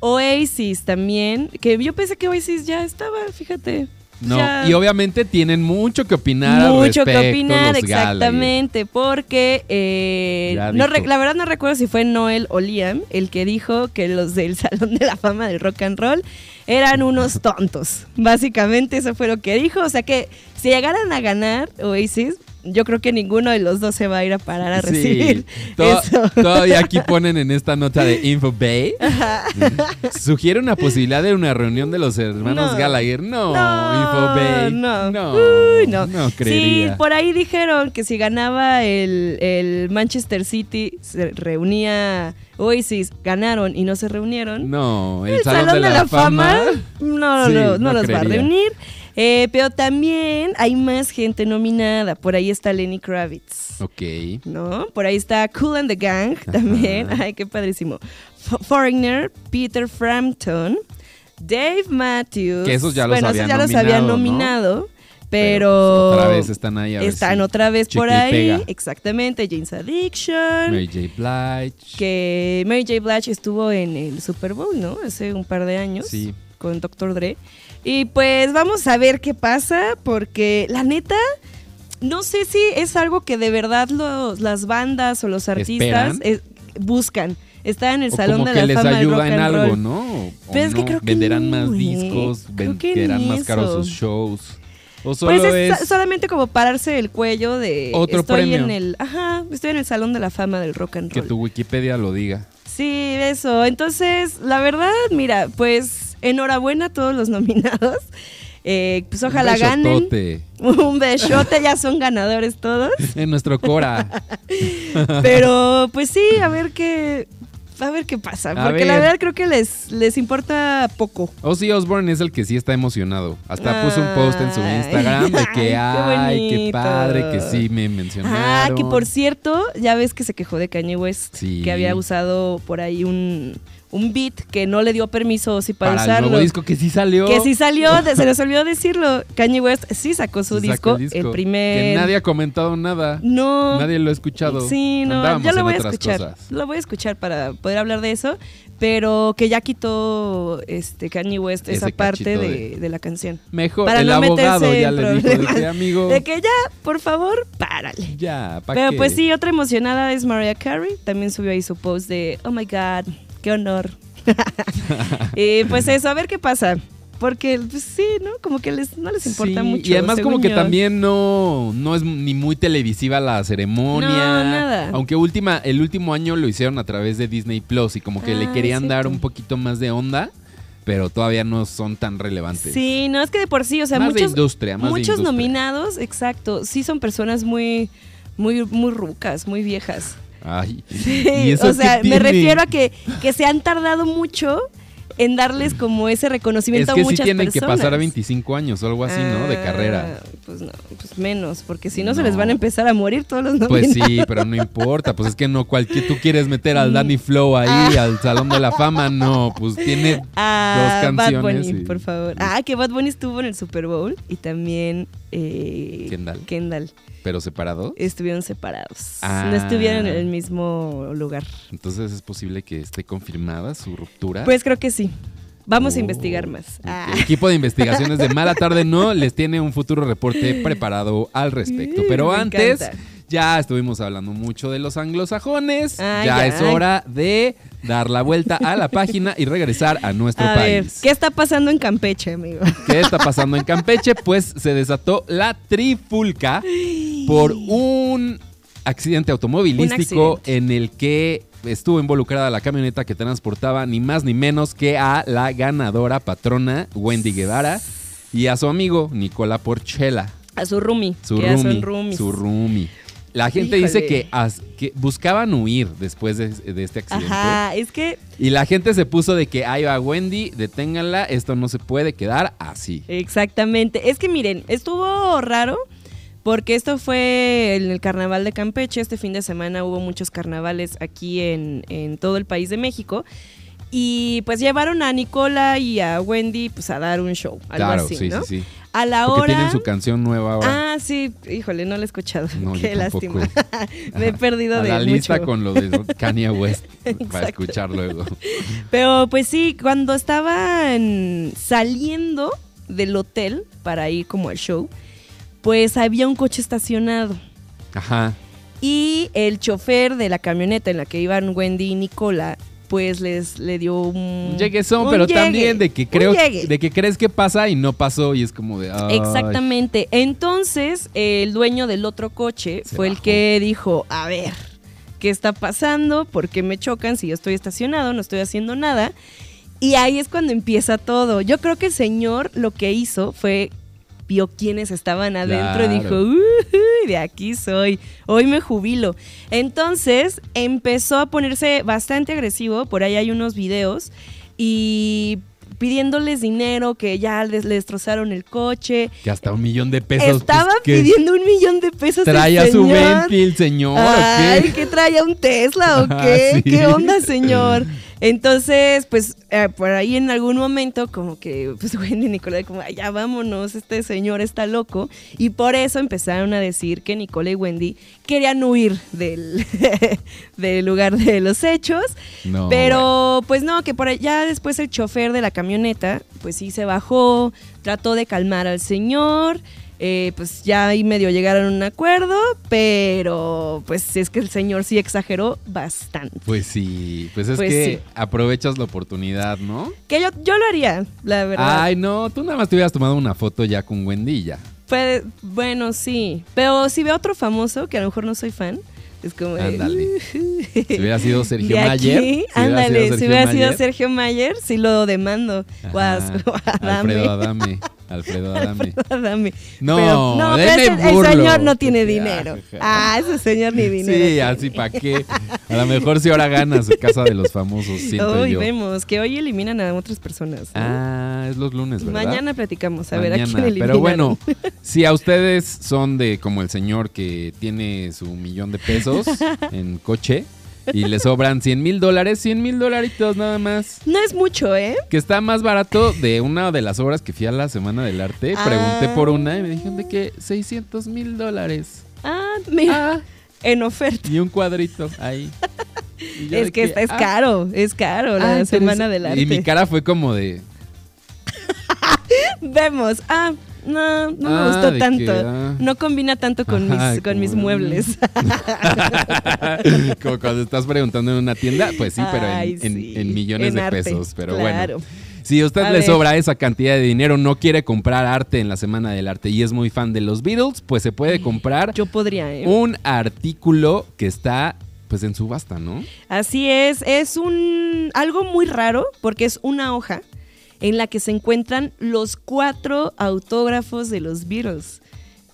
S1: Oasis también, que yo pensé que Oasis ya estaba, fíjate.
S2: No,
S1: Ya-
S2: y obviamente tienen mucho que opinar al
S1: mucho que
S2: respecto,
S1: opinar,
S2: los Gallagher.
S1: exactamente, porque eh,
S2: Ya
S1: no
S2: dijo.
S1: re- la verdad no recuerdo si fue Noel o Liam el que dijo que los del <laughs> Salón de la Fama del Rock and Roll eran
S2: <laughs>
S1: unos tontos. Básicamente eso fue lo que dijo, o sea que si llegaran a ganar Oasis, yo creo que ninguno de los dos se va a ir a parar a
S2: Sí,
S1: recibir
S2: to-
S1: <laughs> eso.
S2: Todavía aquí ponen en esta nota
S1: <laughs>
S2: de InfoBay. Sugiere una posibilidad de una reunión de los hermanos
S1: No.
S2: Gallagher. No, InfoBay.
S1: No,
S2: no,
S1: Uy, no.
S2: creería.
S1: Sí, por ahí dijeron que si ganaba el, el Manchester City, se reunía Oasis, ganaron y no se reunieron.
S2: No, el,
S1: el Salón, de la, Fama, no,
S2: Sí,
S1: no, no
S2: no
S1: los va a
S2: creería.
S1: reunir. Eh, pero también hay más gente nominada. Por ahí está Lenny Kravitz.
S2: Ok.
S1: ¿no? Por ahí está Cool and the Gang también. <laughs> Ay, qué padrísimo. F- Foreigner, Peter Frampton, Dave Matthews.
S2: Que esos ya los
S1: bueno, esos
S2: habían
S1: ya los habían
S2: nominado,
S1: nominado.
S2: Pero,
S1: Pero,
S2: pues, otra vez están ahí, a ver
S1: Están
S2: si
S1: otra vez por
S2: chicle y
S1: ahí.
S2: pega.
S1: Exactamente. James Addiction.
S2: Mary J. Blige.
S1: Que Mary J. Blige estuvo en el Super Bowl, ¿no? Hace un par de años.
S2: Sí.
S1: Con Dr. Dre. Y pues vamos a ver qué pasa, porque la neta, no sé si es algo que de verdad los, las bandas o los artistas
S2: ¿Esperan?
S1: eh, buscan. Está en el
S2: O
S1: salón
S2: como
S1: de
S2: que
S1: la
S2: les
S1: fama del
S2: ayuda
S1: rock
S2: en
S1: and
S2: algo,
S1: roll.
S2: ¿no? O
S1: Pero es que
S2: no,
S1: creo que
S2: venderán
S1: no,
S2: más
S1: güey.
S2: discos,
S1: Creo que
S2: venderán
S1: ni
S2: más caros
S1: eso.
S2: sus shows. O solo
S1: Pues es,
S2: es,
S1: sa- solamente como pararse el cuello de
S2: Otro
S1: estoy
S2: premio.
S1: en el, ajá, estoy en el salón de la fama del rock and
S2: que
S1: roll.
S2: tu Wikipedia lo diga.
S1: Sí, eso. Entonces, la verdad, mira, pues enhorabuena a todos los <laughs> nominados. Eh, pues ojalá
S2: Un
S1: ganen.
S2: besotote
S1: Un besote, ya son ganadores
S2: <laughs>
S1: todos.
S2: En nuestro Cora.
S1: Pero pues sí, a ver qué a ver qué pasa,
S2: A
S1: porque la
S2: ver.
S1: verdad creo que les les importa poco.
S2: Ozzy Osbourne es el que sí está emocionado. Hasta puso un post en su
S1: Ay.
S2: Instagram
S1: <laughs>
S2: de
S1: Ay, qué
S2: que, ay, qué
S1: bonito".
S2: padre, que sí me mencionaron.
S1: Ah, que por cierto, ya ves que se quejó de Kanye West,
S2: Sí.
S1: que había usado por ahí un un beat que no le dio permiso sí, para,
S2: Para el
S1: usarlo.
S2: nuevo disco que sí salió.
S1: Que sí
S2: <laughs>
S1: salió, de- se les olvidó decirlo. Kanye West sí sacó su
S2: Saca
S1: disco, el,
S2: disco.
S1: primer.
S2: Que nadie ha comentado nada.
S1: No.
S2: Nadie lo ha escuchado.
S1: Sí, no,
S2: Andábamos
S1: ya lo
S2: en
S1: voy a
S2: otras
S1: escuchar.
S2: cosas.
S1: Lo voy a escuchar para poder hablar de eso. Pero que ya quitó este Kanye West
S2: Ese
S1: esa parte
S2: cachito
S1: de,
S2: de-
S1: de la canción.
S2: Mejor,
S1: para
S2: el
S1: no
S2: abogado
S1: meterse
S2: ya
S1: en
S2: le dijo de
S1: problemas.
S2: que, amigo,
S1: De que ya, por favor, párale.
S2: ya, ¿pa'
S1: Pero
S2: qué?
S1: pues sí, otra emocionada es Mariah Carey. También subió ahí su post de, oh my God, qué
S2: <laughs>
S1: honor. <laughs> y pues eso, a ver qué pasa. Porque pues sí, ¿no? Como que les, no les importa
S2: Sí,
S1: mucho.
S2: Y además como
S1: según
S2: que
S1: yo.
S2: también no, no es ni muy televisiva la ceremonia.
S1: No, nada.
S2: Aunque última, el último año lo hicieron a través de Disney Plus y como que
S1: Ah,
S2: le querían
S1: es
S2: dar
S1: cierto.
S2: un poquito más de onda, pero todavía no son tan relevantes.
S1: Sí, no, es que de por sí, o sea,
S2: Más de
S1: muchos,
S2: industria, más de
S1: muchos
S2: industria.
S1: nominados, exacto, sí son personas muy, muy, muy rucas, muy viejas.
S2: Ay,
S1: Sí,
S2: ¿y eso
S1: <laughs> o sea, me
S2: qué tiene?
S1: refiero a que, que se han tardado mucho en darles como ese
S2: Es
S1: reconocimiento
S2: que
S1: a
S2: sí
S1: muchas
S2: tienen que pasar a
S1: personas.
S2: 25 años o algo así, ¿no? De
S1: Ah, <laughs>
S2: carrera.
S1: Pues no, pues menos, porque si no, se
S2: No.
S1: les van a empezar a morir todos los nominados.
S2: Pues sí, pero no importa, pues es que no cualquier tú quieres meter al Danny Flow ahí al Salón de la Fama, no, pues tiene
S1: Ah,
S2: dos
S1: Bad
S2: canciones.
S1: Bunny,
S2: y-
S1: por favor. Ah, que Bad Bunny estuvo en el Super Bowl y también eh,
S2: Kendall. Pero separado.
S1: Estuvieron separados.
S2: Ah.
S1: No estuvieron en el mismo lugar.
S2: Entonces es posible que esté confirmada su ruptura.
S1: Pues creo que sí. Vamos a
S2: Ah. Oh,
S1: investigar más.
S2: ok.
S1: Ah.
S2: El equipo de investigaciones de Mala Tarde No les tiene un futuro
S1: <laughs>
S2: reporte preparado al respecto. Pero
S1: Mm, Me
S2: antes,
S1: encanta.
S2: ya estuvimos hablando mucho de los anglosajones.
S1: Ay,
S2: ya
S1: ay.
S2: es hora de dar la vuelta a la página y regresar a nuestro
S1: A ver,
S2: país.
S1: ¿qué está pasando en Campeche, amigo? <laughs>
S2: ¿Qué está pasando en Campeche? Pues se desató la trifulca por un accidente automovilístico
S1: Un accidente.
S2: en el que estuvo involucrada la camioneta que transportaba ni más ni menos que a la ganadora patrona Wendy Guevara y a su amigo Nicola Porchela,
S1: A su Rumi.
S2: su
S1: que ya son
S2: roomie,
S1: roomies.
S2: su roomie. La gente
S1: Híjole.
S2: dice que, as- que buscaban huir después de, de este accidente.
S1: Ajá, es que
S2: Y la gente se puso de que ahí va Wendy, deténganla, esto no se puede quedar así.
S1: Exactamente. Es que miren, estuvo raro porque esto fue en el carnaval de Campeche. Este fin de semana hubo muchos carnavales aquí en, en todo el país de México. Y pues llevaron a Nicola y a Wendy pues a dar un show, algo
S2: claro,
S1: así,
S2: sí,
S1: ¿no?
S2: sí, sí.
S1: A la
S2: Porque
S1: hora...
S2: tienen su canción nueva ahora.
S1: Ah, sí, híjole, no la he escuchado.
S2: No,
S1: <laughs>
S2: yo
S1: Qué
S2: tampoco.
S1: lástima.
S2: <laughs>
S1: Me he perdido
S2: A
S1: de
S2: la lista
S1: mucho.
S2: con lo
S1: <laughs>
S2: de Kanye West para
S1: Exacto.
S2: escuchar luego.
S1: Pero pues sí, cuando estaban saliendo del hotel para ir como al show, pues había un coche estacionado.
S2: Ajá.
S1: Y el chofer de la camioneta en la que iban Wendy y Nicola, pues les le dio un.
S2: Llegué son,
S1: Mm. un
S2: pero
S1: llegue,
S2: también de que
S1: un
S2: creo
S1: llegue.
S2: de que crees que pasa y no pasó y es como de ay.
S1: Exactamente. Entonces, el dueño del otro coche
S2: Se
S1: fue el
S2: bajó.
S1: que dijo: A ver, ¿qué está pasando? ¿Por qué me chocan si yo estoy estacionado? No estoy haciendo nada. Y ahí es cuando empieza todo. Yo creo que el señor lo que hizo fue vio quienes estaban adentro y dijo,
S2: Claro.
S1: "Ujú, de aquí soy, hoy me jubilo. Entonces empezó a ponerse bastante agresivo, por ahí hay unos videos, y pidiéndoles dinero, que ya les, le destrozaron el coche.
S2: Que hasta un millón de pesos. pues,
S1: Estaba
S2: que
S1: pidiendo un millón de pesos. el
S2: Trae a su
S1: señor.
S2: Bentley el señor. ¿o qué?
S1: Ay, ¿qué traía un Tesla o
S2: <laughs> Ah,
S1: qué?
S2: sí.
S1: ¿Qué onda,
S2: <laughs>
S1: señor? Entonces, pues eh, por ahí en algún momento como que pues <laughs> Wendy y Nicolai como, "Ay, ya vámonos, este señor está loco." Y por eso empezaron a decir que Nicola y Wendy querían huir del, <laughs> del lugar de los hechos.
S2: No,
S1: Pero pues no, que por allá después el chofer de la camioneta, pues sí se bajó, trató de calmar al señor, eh, pues ya ahí medio llegaron a un acuerdo, pero pues es que el señor sí exageró bastante.
S2: Pues sí, pues es
S1: Pues
S2: que
S1: sí.
S2: aprovechas la oportunidad, ¿no?
S1: Que yo, yo lo haría, la verdad.
S2: Ay, no, tú nada más te hubieras tomado una foto ya con Wendy y ya.
S1: Puede- bueno, sí, pero si veo otro famoso, que a lo mejor no soy fan, es como... de, "Mm,
S2: Ándale. Si hubiera sido Sergio
S1: de aquí,
S2: Mayer. si hubiera
S1: ándale,
S2: sido
S1: si
S2: Sergio
S1: hubiera sido
S2: Mayer.
S1: Sergio Mayer, sí lo demando. O a- <laughs>
S2: Ajá.
S1: o a Adame.
S2: Alfredo Adame. Alfredo Adame.
S1: <laughs> Dame.
S2: No,
S1: Pero- no, pero
S2: denme
S1: ese- el
S2: burlo.
S1: señor no tiene
S2: Porque,
S1: dinero.
S2: ah,
S1: Ah, ese señor ni dinero.
S2: Sí,
S1: tiene.
S2: así para qué. A lo mejor si ahora gana su casa de los famosos, siento
S1: Hoy
S2: yo.
S1: vemos que hoy eliminan a otras personas. ¿no?
S2: Ah, es los lunes, ¿verdad?
S1: Mañana platicamos a ver a
S2: Mañana.
S1: quién eliminan.
S2: Pero bueno,
S1: <laughs>
S2: si a ustedes son de como el señor que tiene su millón de pesos en coche y le sobran 100 mil dólares, 100 mil dolaritos nada más.
S1: No es mucho, ¿eh?
S2: Que está más barato de una de las obras que fui a la Semana del Arte. Pregunté
S1: Ah.
S2: por una y me dijeron de que 600 mil
S1: <laughs>
S2: dólares.
S1: Ah, mira,
S2: Ah,
S1: en oferta.
S2: <laughs> y un cuadrito ahí. Y yo
S1: Es
S2: de
S1: que esta es
S2: ah,
S1: caro, es caro
S2: ah,
S1: la
S2: interesa-
S1: semana del arte.
S2: Y mi cara fue como de.
S1: <laughs>
S2: <laughs>
S1: Vemos. Ah, no, no
S2: Ah,
S1: me
S2: de
S1: gustó
S2: que,
S1: tanto.
S2: ah.
S1: No combina tanto con mis,
S2: Ajá,
S1: con mis
S2: como-
S1: muebles.
S2: Como cuando estás preguntando en una tienda, pues sí, pero
S1: <laughs>
S2: en,
S1: Ay,
S2: en-
S1: sí,
S2: en millones
S1: en
S2: de
S1: arte,
S2: pesos. Pero
S1: claro.
S2: bueno, si a usted
S1: A
S2: le
S1: ver.
S2: sobra esa cantidad de dinero, no quiere comprar arte en la Semana del Arte y es muy fan de los Beatles, pues se puede comprar
S1: Yo podría, ¿eh?
S2: un artículo que está pues en subasta, ¿no?
S1: Así es, es un algo muy raro porque es una hoja en la que se encuentran los cuatro autógrafos de los Beatles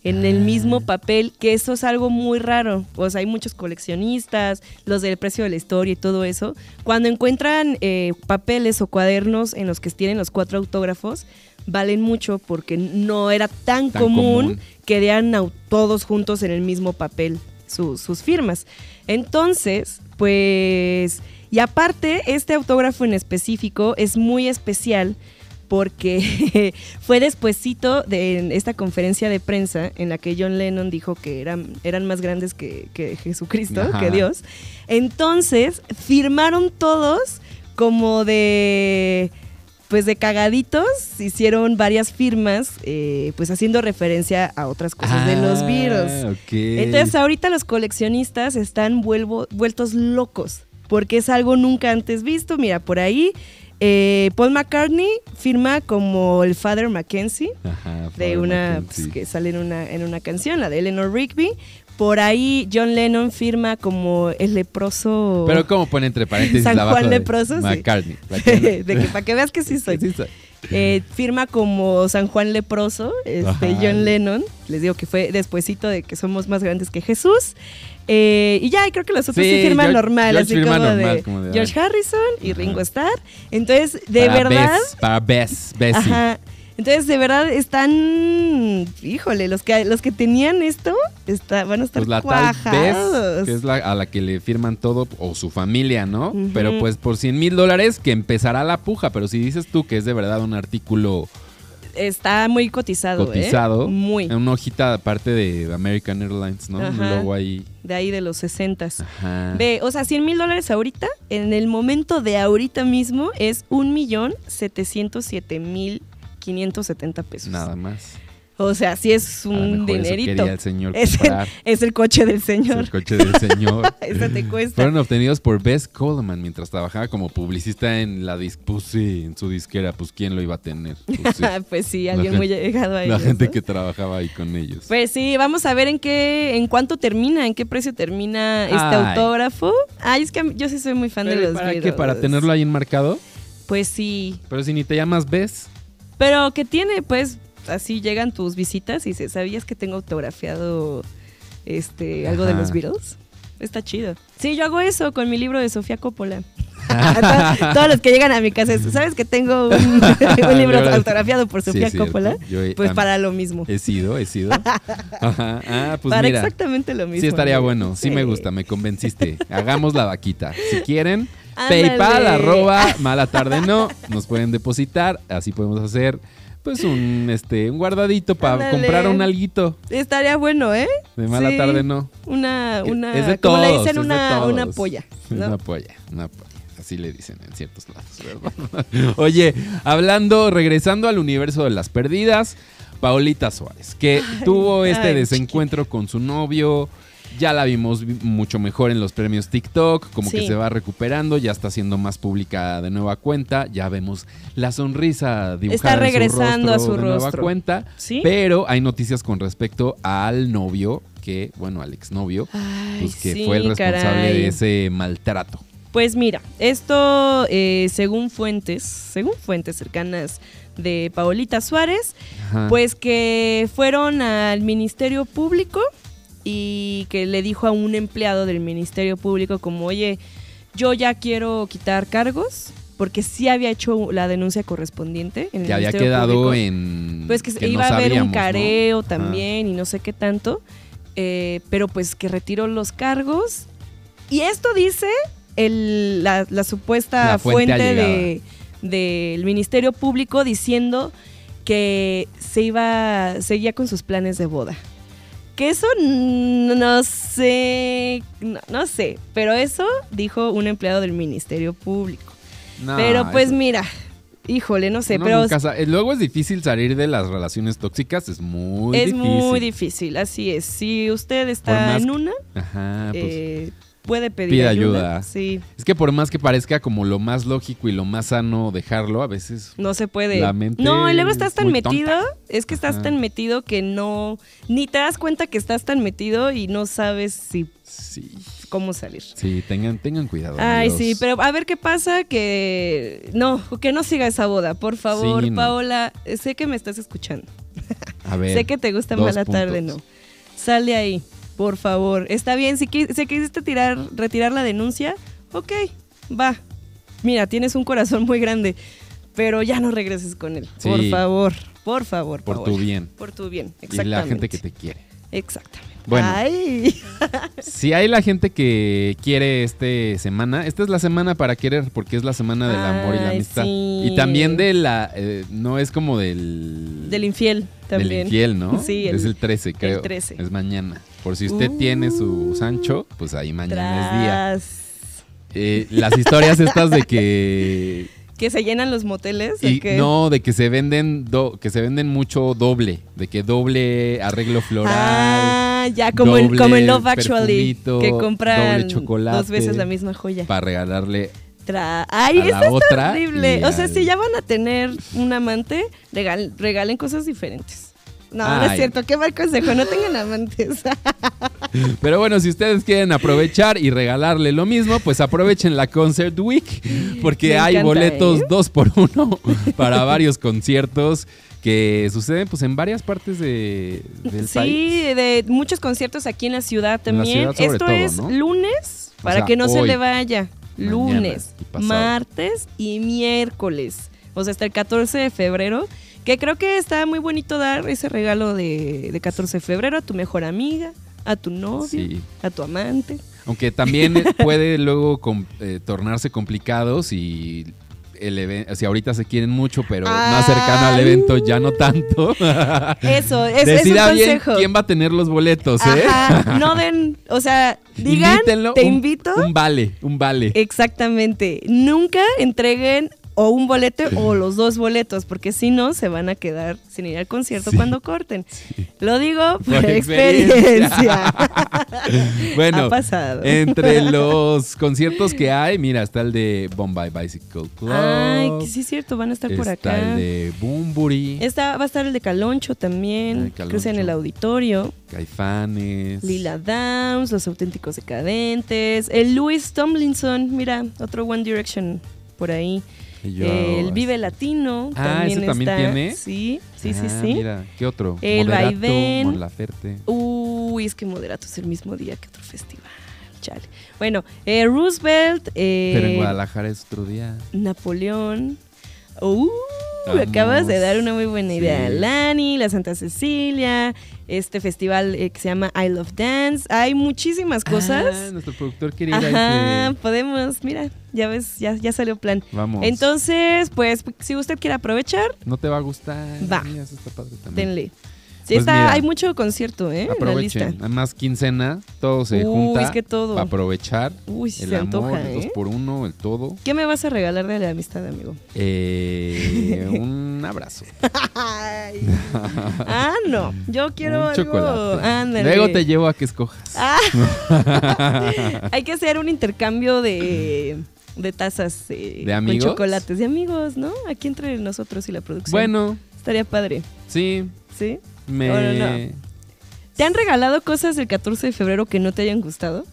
S1: en el mismo papel, que eso es algo muy raro. O sea, hay muchos coleccionistas, los del precio de la historia y todo eso. Cuando encuentran eh, papeles o cuadernos en los que tienen los cuatro autógrafos, valen mucho porque no era tan,
S2: Tan común.
S1: común que dieran au- todos juntos en el mismo papel su- sus firmas. Entonces, pues, y aparte, este autógrafo en específico es muy especial porque <laughs> fue despuesito de esta conferencia de prensa en la que John Lennon dijo que eran, eran más grandes que, que Jesucristo,
S2: Ajá.
S1: que Dios. Entonces, firmaron todos como de pues de cagaditos hicieron varias firmas, eh, pues haciendo referencia a otras cosas Pues de los Este virus.
S2: Ah, ok.
S1: Entonces ahorita los coleccionistas están vuelvo- vueltos locos, porque es algo nunca antes visto. Mira, por ahí eh, Paul McCartney firma como el Father Mackenzie,
S2: Ajá,
S1: de
S2: Father
S1: una
S2: Mackenzie.
S1: pues, que sale en una, en una canción, la de Eleanor Rigby. Por ahí John Lennon firma como el leproso... <laughs>
S2: Pero cómo pone entre paréntesis
S1: San
S2: abajo
S1: Juan <laughs>
S2: de
S1: Leproso, sí.
S2: McCartney.
S1: de que para que veas que sí soy.
S2: Sí soy.
S1: Eh, firma como San Juan Leproso, este,
S2: Ajá.
S1: John Lennon. Les digo que fue despuesito de que somos más grandes que Jesús. Eh, y ya, y creo que los otros sí,
S2: Sí,
S1: firman
S2: George-
S1: normal,
S2: George
S1: así
S2: firma
S1: como,
S2: normal,
S1: de
S2: como de,
S1: George Harrison y
S2: Ajá.
S1: Ringo Starr. Entonces, de
S2: Para
S1: verdad,
S2: Bess, para Bess, Bessie.
S1: Ajá. Entonces, de verdad, están. Híjole, los que, los que tenían esto está, van a estar
S2: Pues la tal Bess,
S1: cuajados.
S2: que es la, a la que le firman todo, o su familia, ¿no?
S1: Ujú.
S2: Pero pues por 100 mil dólares que empezará la puja. Pero si dices tú que es de verdad un artículo
S1: Está muy cotizado, ¿eh?
S2: cotizado, Em,
S1: Muy.
S2: en una hojita aparte de American Airlines, ¿no? Un
S1: Ajá.
S2: logo ahí.
S1: De ahí de los 60
S2: Ajá.
S1: Ve, o sea, 100 mil dólares ahorita, en el momento de ahorita mismo es 1.707.570 pesos.
S2: Nada más.
S1: O sea, sí es
S2: a lo
S1: un
S2: mejor eso
S1: dinerito.
S2: quería el señor
S1: Es el,
S2: comprar.
S1: es el coche del <laughs>
S2: El
S1: señor.
S2: coche del señor.
S1: Eso te cuesta.
S2: Fueron obtenidos por Bess Coleman mientras trabajaba como publicista en la dis pues sí, en su disquera. Pues quién lo iba a tener.
S1: <laughs>
S2: Pues, sí.
S1: pues sí, alguien
S2: La
S1: muy
S2: gente-
S1: llegado a
S2: la
S1: ellos,
S2: gente
S1: ¿no?
S2: que trabajaba ahí con ellos.
S1: Pues sí, vamos a ver en qué, en cuánto termina, en qué precio termina este
S2: Ay.
S1: autógrafo. Ay, es que a mí- yo sí soy muy fan
S2: Pero,
S1: de los
S2: ¿Para qué?
S1: Beatles.
S2: ¿Para tenerlo ahí enmarcado?
S1: Pues sí,
S2: Pero si ni te llamas Bess.
S1: pero que tiene, pues, así llegan tus visitas y se, ¿sabías que tengo autografiado este algo de
S2: Ajá.
S1: los Beatles? Está chido. Sí, yo hago eso con mi libro de Sofía Coppola.
S2: <laughs>
S1: A to- todos los que llegan a mi casa, es, ¿sabes que tengo un, <laughs>
S2: <laughs>
S1: un libro
S2: Libro de-
S1: autografiado por
S2: Sí,
S1: Sofía
S2: es cierto.
S1: Coppola?
S2: Yo, eh,
S1: Pues
S2: am-
S1: para lo mismo.
S2: He sido,
S1: <laughs>
S2: he sido. Ajá. Ah, pues
S1: para
S2: mira.
S1: exactamente lo mismo.
S2: Sí estaría
S1: amigo.
S2: bueno, sí, me
S1: Sí.
S2: gusta, me convenciste. Hagamos la vaquita. Si quieren,
S1: Ándale.
S2: PayPal arroba mala tarde no, nos pueden depositar, así podemos hacer pues un este un guardadito para
S1: Ándale.
S2: comprar un alguito
S1: Estaría bueno, ¿eh?
S2: de mala
S1: Sí.
S2: tarde no.
S1: Una, una,
S2: es de
S1: como
S2: todos,
S1: le dicen,
S2: es de
S1: una,
S2: todos.
S1: una
S2: <laughs>
S1: polla, ¿no?
S2: Una polla, una polla. Así le dicen en ciertos lados. ¿verdad? <laughs> Oye, hablando, regresando al universo de las perdidas, Paolita Suárez, que tuvo este
S1: ay,
S2: desencuentro con su novio. Ya la vimos vi- mucho mejor en los premios TikTok, como que
S1: Sí.
S2: se va recuperando, ya está siendo más pública de nueva cuenta, ya vemos la sonrisa dibujada en su
S1: regresando a su
S2: de nueva
S1: rostro.
S2: cuenta,
S1: Sí.
S2: pero hay noticias con respecto al novio, que bueno, al exnovio,
S1: Ay,
S2: pues que
S1: sí,
S2: fue el responsable
S1: caray.
S2: de ese maltrato.
S1: Pues mira, esto eh, según fuentes, según fuentes cercanas de Paolita Suárez,
S2: Ajá.
S1: pues que fueron al Ministerio Público y que le dijo a un empleado del Ministerio Público como, oye, yo ya quiero quitar cargos, porque sí había hecho la denuncia correspondiente. En el
S2: que había
S1: Ministerio
S2: quedado
S1: Público.
S2: en
S1: Pues que, se-
S2: no
S1: iba a haber un
S2: sabíamos, ¿no?
S1: careo
S2: Ajá.
S1: también y no sé qué tanto. eh, pero pues que retiró los cargos. Y esto dice el- la, la supuesta
S2: La fuente
S1: fuente, de- del Ministerio Público diciendo que se iba, seguía con sus planes de boda. Que eso n- no sé, no, no sé, pero eso dijo un empleado del Ministerio Público.
S2: No,
S1: pero pues
S2: Ah, eso-
S1: mira, híjole, no sé,
S2: uno
S1: pero
S2: nunca sa- eh, Luego es difícil salir de las relaciones tóxicas, es muy
S1: es
S2: difícil.
S1: muy difícil, así es. Si usted
S2: Por
S1: está
S2: más
S1: en
S2: que-
S1: una,
S2: Ajá, pues.
S1: eh, puede pedir
S2: pide
S1: ayuda.
S2: ayuda.
S1: Sí,
S2: Es que por más que parezca como lo más lógico y lo más sano dejarlo, a veces
S1: no se puede.
S2: La mente
S1: no, y luego estás
S2: es
S1: tan
S2: muy tonta.
S1: metido, es que estás
S2: Ajá.
S1: tan metido que no, ni te das cuenta que estás tan metido y no sabes si
S2: sí,
S1: cómo salir.
S2: sí, tengan, tengan cuidado.
S1: Ay,
S2: amigos.
S1: sí, pero a ver qué pasa, que no, que no siga esa boda, por favor,
S2: Sí, no.
S1: Paola, sé que me estás escuchando.
S2: A ver,
S1: Sé que te gusta
S2: dos
S1: mala tarde, no.
S2: puntos.
S1: Sal de ahí, por favor. Está bien, si, qui- si quisiste tirar, retirar la denuncia, ok, va. Mira, tienes un corazón muy grande, pero ya no regreses con él.
S2: Sí.
S1: Por favor, por favor.
S2: Por tu
S1: Paola.
S2: bien.
S1: Por tu bien,
S2: Y
S1: exactamente.
S2: la gente que te quiere.
S1: Exactamente.
S2: Bueno.
S1: Ay.
S2: Si hay la gente que quiere este semana, esta es la semana para querer, porque es la semana del amor y la
S1: Ay,
S2: amistad.
S1: sí.
S2: Y también de la, eh, no es como del...
S1: Del infiel también.
S2: Del infiel, ¿no?
S1: Sí, el-
S2: es el 13, creo.
S1: 13.
S2: Es mañana. Por si usted
S1: Uh.
S2: tiene su Sancho, pues ahí mañana es día.
S1: Tras.
S2: Eh, las historias estas de
S1: <laughs>
S2: que...
S1: Que se llenan los moteles. ¿o
S2: y
S1: qué?
S2: no, de que se venden do- que se venden mucho doble, de que doble arreglo floral.
S1: ah, ya, como, en,
S2: doble
S1: como en Love Actually.
S2: perfumito,
S1: Que compran
S2: doble chocolate.
S1: dos veces la misma joya.
S2: para regalarle
S1: Tra- Ay,
S2: a
S1: eso
S2: la
S1: es
S2: otra.
S1: horrible.
S2: y
S1: O sea,
S2: al-
S1: si ya van a tener un amante, regal- regalen cosas diferentes. No, no es
S2: Ay.
S1: cierto. Qué mal consejo. No tengan amantes. <laughs>
S2: Pero bueno, si ustedes quieren aprovechar y regalarle lo mismo, pues aprovechen la Concert Week, porque
S1: Me
S2: hay
S1: encanta,
S2: boletos
S1: ¿eh?
S2: dos por uno para varios conciertos que suceden pues en varias partes de, del país.
S1: Sí, de muchos conciertos aquí en la ciudad
S2: En la
S1: también.
S2: ciudad sobre
S1: Esto
S2: todo,
S1: es
S2: ¿no?
S1: lunes,
S2: O
S1: para
S2: sea,
S1: que no se
S2: hoy,
S1: le vaya.
S2: mañana
S1: Lunes,
S2: y pasado.
S1: martes y miércoles. O sea, hasta el 14 de febrero. Que creo que está muy bonito dar ese regalo de, de 14 de febrero a tu mejor amiga, a tu novio,
S2: Sí.
S1: a tu amante.
S2: Aunque también puede luego com- eh, tornarse complicado si el evento, si ahorita se quieren mucho, pero más cercano al
S1: Ay.
S2: evento ya no tanto.
S1: Eso, es, es un
S2: Decida bien
S1: consejo.
S2: quién va a tener los boletos, ¿eh? <laughs>
S1: Ajá, no den, o sea, digan,
S2: Invítenlo,
S1: te
S2: un-
S1: invito.
S2: Un vale, un vale.
S1: Exactamente. Nunca entreguen o un boleto o los dos boletos, porque si no, se van a quedar sin ir al concierto cuando corten. Lo digo por,
S2: Por
S1: experiencia.
S2: <laughs> bueno,
S1: ha pasado.
S2: entre los conciertos que hay, mira, está el de Bombay Bicycle Club.
S1: Ay, que sí es cierto, van a estar por
S2: Está
S1: acá.
S2: el de Bumburi,
S1: Está, va a estar el de Caloncho
S2: El
S1: también,
S2: de
S1: que
S2: Caloncho.
S1: es en el auditorio.
S2: Caifanes.
S1: Lila Downs, Los Auténticos Decadentes, el Louis Tomlinson, mira, otro One Direction por ahí.
S2: Y yo-
S1: el Vive Latino
S2: Ah,
S1: también
S2: ¿ese también
S1: está.
S2: tiene?
S1: Sí, sí, sí,
S2: Ah,
S1: sí.
S2: Mira, ¿qué otro?
S1: El
S2: Moderato,
S1: Vaivén.
S2: Mon Laferte.
S1: Uy, es que Moderato es el mismo día que otro festival. Chale. Bueno, eh, Roosevelt, eh,
S2: Pero en Guadalajara es otro día.
S1: Napoleón. Uh,
S2: Vamos.
S1: acabas de dar una muy buena idea.
S2: Sí.
S1: Lani, la Santa Cecilia, este festival eh, que se llama I Love Dance. Hay muchísimas cosas.
S2: Ah, nuestro productor quería ir a
S1: Ajá,
S2: ese.
S1: podemos, mira, ya ves, ya, ya salió plan.
S2: Vamos.
S1: Entonces, pues, si usted quiere aprovechar,
S2: No te va a gustar.
S1: Va.
S2: Mira, eso está padre también.
S1: denle. Sí,
S2: Pues
S1: está,
S2: mira.
S1: hay mucho concierto, ¿eh? En la
S2: Aprovechen.
S1: lista.
S2: Además, quincena, todo
S1: Uy,
S2: se junta.
S1: es que todo.
S2: pa' aprovechar.
S1: Uy, sí
S2: el
S1: se
S2: amor,
S1: antoja,
S2: el
S1: ¿eh?
S2: dos por uno, el todo.
S1: ¿Qué me vas a regalar de la amistad,
S2: <laughs>
S1: amigo? <laughs>
S2: Eh, un abrazo.
S1: Ay. ah, no. Yo quiero
S2: un
S1: algo.
S2: chocolate.
S1: Ándale.
S2: Luego te llevo a que escojas.
S1: Ah.
S2: <laughs>
S1: Hay que hacer un intercambio de, de tazas eh,
S2: ¿De amigos?
S1: con chocolates de amigos, ¿no? Aquí entre nosotros y la producción.
S2: bueno,
S1: Estaría padre,
S2: sí.
S1: ¿sí?
S2: Me...
S1: Bueno, no. ¿Te han regalado cosas del 14 de febrero que no te hayan gustado?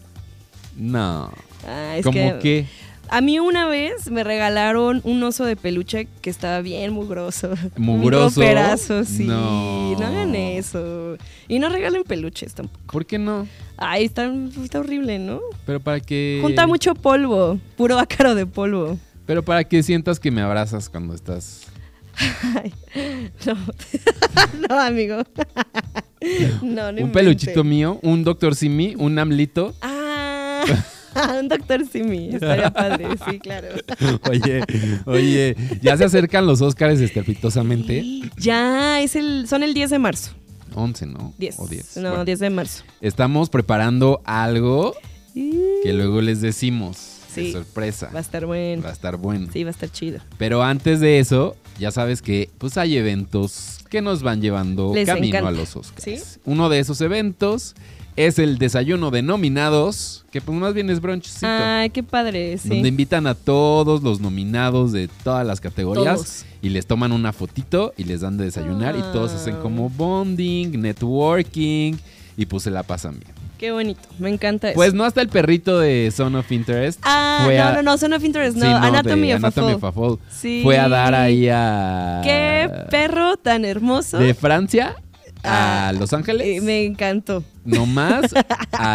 S2: No.
S1: Ah, es
S2: ¿Cómo
S1: que,
S2: qué?
S1: A mí una vez me regalaron un oso de peluche que estaba bien
S2: <laughs>
S1: mugroso.
S2: ¿Mugroso?
S1: Un roperazo, sí.
S2: No.
S1: No. hagan eso. Y no regalen peluches tampoco.
S2: ¿Por qué no?
S1: Ay, está, está horrible, ¿no?
S2: Pero para que.
S1: Junta mucho polvo. Puro ácaro de polvo. <laughs>
S2: Pero para que sientas que me abrazas cuando estás.
S1: Ay, no. <laughs> no, amigo. <laughs> no, no
S2: un
S1: inventes.
S2: peluchito mío, un doctor Simi,
S1: <laughs>
S2: un amlito.
S1: Ah, <laughs> un doctor Simi. Estaría padre, sí, claro.
S2: Oye, oye, ya se acercan los Óscares estrepitosamente.
S1: Ya, es el, son el 10 de marzo.
S2: 11, ¿no?
S1: 10.
S2: O 10.
S1: No,
S2: Bueno,
S1: 10 de marzo.
S2: Estamos preparando algo que luego les decimos. de
S1: Sí.
S2: sorpresa.
S1: Va a estar bueno.
S2: Va a estar bueno.
S1: Sí, va a estar chido.
S2: Pero antes de eso, ya sabes que pues hay eventos que nos van llevando
S1: Les
S2: camino
S1: encanta.
S2: a los Oscars.
S1: ¿Sí?
S2: Uno de esos eventos es el desayuno de nominados, que pues más bien es bronchecito.
S1: Ay, qué padre, Ah, sí.
S2: Donde invitan a todos los nominados de todas las categorías
S1: Todos.
S2: y les toman una fotito y les dan de desayunar y todos hacen
S1: Ah.
S2: como bonding, networking y pues se la pasan bien.
S1: Qué bonito. Me encanta eso.
S2: Pues no hasta el perrito de Zone of Interest.
S1: ah,
S2: fue
S1: no,
S2: a-
S1: no, no, Son of Interest, no.
S2: Sí, de
S1: Anatomy of a
S2: Anatomy
S1: Fall.
S2: of a Fall.
S1: Sí.
S2: Fue a dar ahí a...
S1: Qué perro tan hermoso.
S2: De Francia a
S1: Ah,
S2: Los
S1: Eh,
S2: Ángeles.
S1: me encantó. <laughs>
S2: Nomás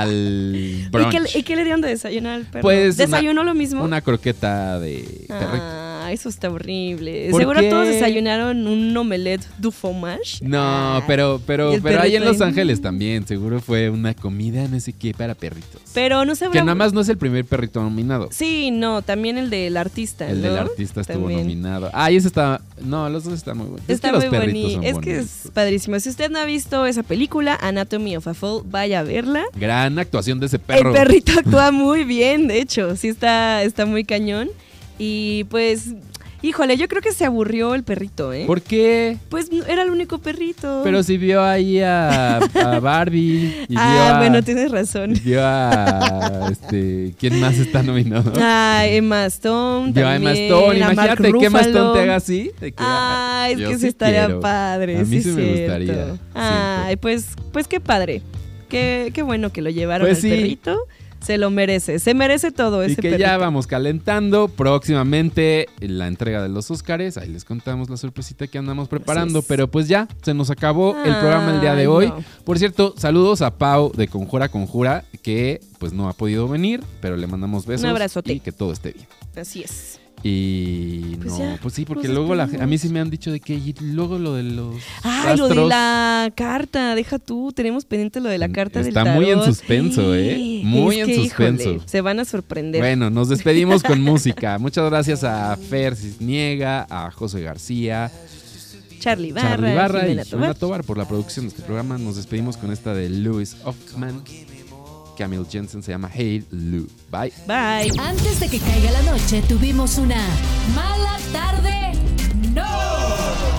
S2: al
S1: ¿Y
S2: brunch.
S1: qué, y qué le dieron de desayunar al perro?
S2: Pues una-
S1: ¿Desayunó lo mismo?
S2: Una croqueta de perrito.
S1: Ah, eso está horrible.
S2: ¿Por
S1: Seguro
S2: qué?
S1: todos desayunaron un omelette du fromage.
S2: No,
S1: Ah,
S2: pero,
S1: y
S2: pero,
S1: el
S2: pero ahí en
S1: perrito
S2: Los
S1: ahí.
S2: Ángeles también, seguro fue una comida, no sé qué, para perritos.
S1: Pero no se
S2: que nada más no es el primer perrito nominado.
S1: Sí, no, también el del artista.
S2: el del
S1: ¿no?
S2: artista estuvo
S1: También.
S2: nominado. Ah, y ese está. No, los dos están muy buenos.
S1: Está
S2: es que
S1: muy
S2: los perritos
S1: bonito.
S2: son
S1: Es que
S2: bonitos.
S1: es padrísimo. Si usted no ha visto esa película, Anatomy of a Fall, vaya a verla.
S2: Gran actuación de ese perro.
S1: El
S2: <laughs>
S1: perrito actúa muy bien, de hecho. Sí está, está muy cañón. Y pues, híjole, yo creo que se aburrió el perrito, ¿eh?
S2: ¿Por qué?
S1: Pues no, era el único perrito.
S2: Pero si vio ahí a, a Barbie. Y vio
S1: ah,
S2: a-
S1: bueno, tienes razón.
S2: <laughs> y Vio a. Este, ¿Quién más está nominado?
S1: Ah, Emma Stone.
S2: Vio a Emma
S1: también,
S2: Stone.
S1: a Mark
S2: Imagínate que Emma Stone te
S1: Ruffalo.
S2: haga así. de que,
S1: Ah, es
S2: yo
S1: que
S2: sí
S1: sí estaría
S2: quiero.
S1: padre.
S2: A mí
S1: sí,
S2: sí me
S1: cierto.
S2: gustaría, siento.
S1: Ay, pues, pues qué padre. Qué, qué bueno que lo llevaron
S2: Pues
S1: al
S2: sí.
S1: perrito. Se lo merece. Se merece todo
S2: Y
S1: ese
S2: que
S1: perrito.
S2: ya vamos calentando. Próximamente la entrega de los Óscares. Ahí les contamos la sorpresita que andamos preparando.
S1: es.
S2: Pero pues ya, se nos acabó el programa el día
S1: Ay,
S2: de hoy.
S1: no.
S2: Por cierto, saludos a Pau de Conjura Conjura, que pues no ha podido venir, pero le mandamos besos.
S1: abrazote.
S2: Y que todo esté bien.
S1: Así es.
S2: Y
S1: Pues
S2: no,
S1: ya,
S2: pues sí, porque
S1: nos
S2: luego la, a
S1: despedimos.
S2: mí sí me han dicho de que y luego lo de los.
S1: Ay, lo de
S2: astros-
S1: la carta, deja tú, tenemos pendiente lo de la carta del
S2: Mm, Está muy en
S1: tarot.
S2: suspenso, ¿eh? Muy
S1: Es
S2: en
S1: que, híjole,
S2: suspenso.
S1: se van a sorprender.
S2: Bueno,
S1: <laughs>
S2: nos despedimos con música. Muchas gracias a Fer Cisniega, a José García,
S1: Charlie Barra,
S2: Charly Barra y
S1: Jimena
S2: Jimena
S1: Tobar.
S2: Tobar por la producción de este programa. Nos despedimos con esta de Louis Hoffman. Camille Jensen se llama Hey Lou. Bye.
S1: Bye.
S3: Antes de que caiga la noche, tuvimos una mala tarde. ¡No!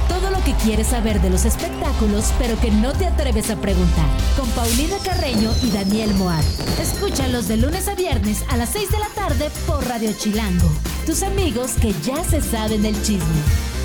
S3: Todo lo que quieres saber de los espectáculos, pero que no te atreves a preguntar. Con Paulina Carreño y Daniel Moab. Escúchalos de lunes a viernes a las 6 de la tarde por Radio Chilango. Tus amigos que ya se saben del chisme.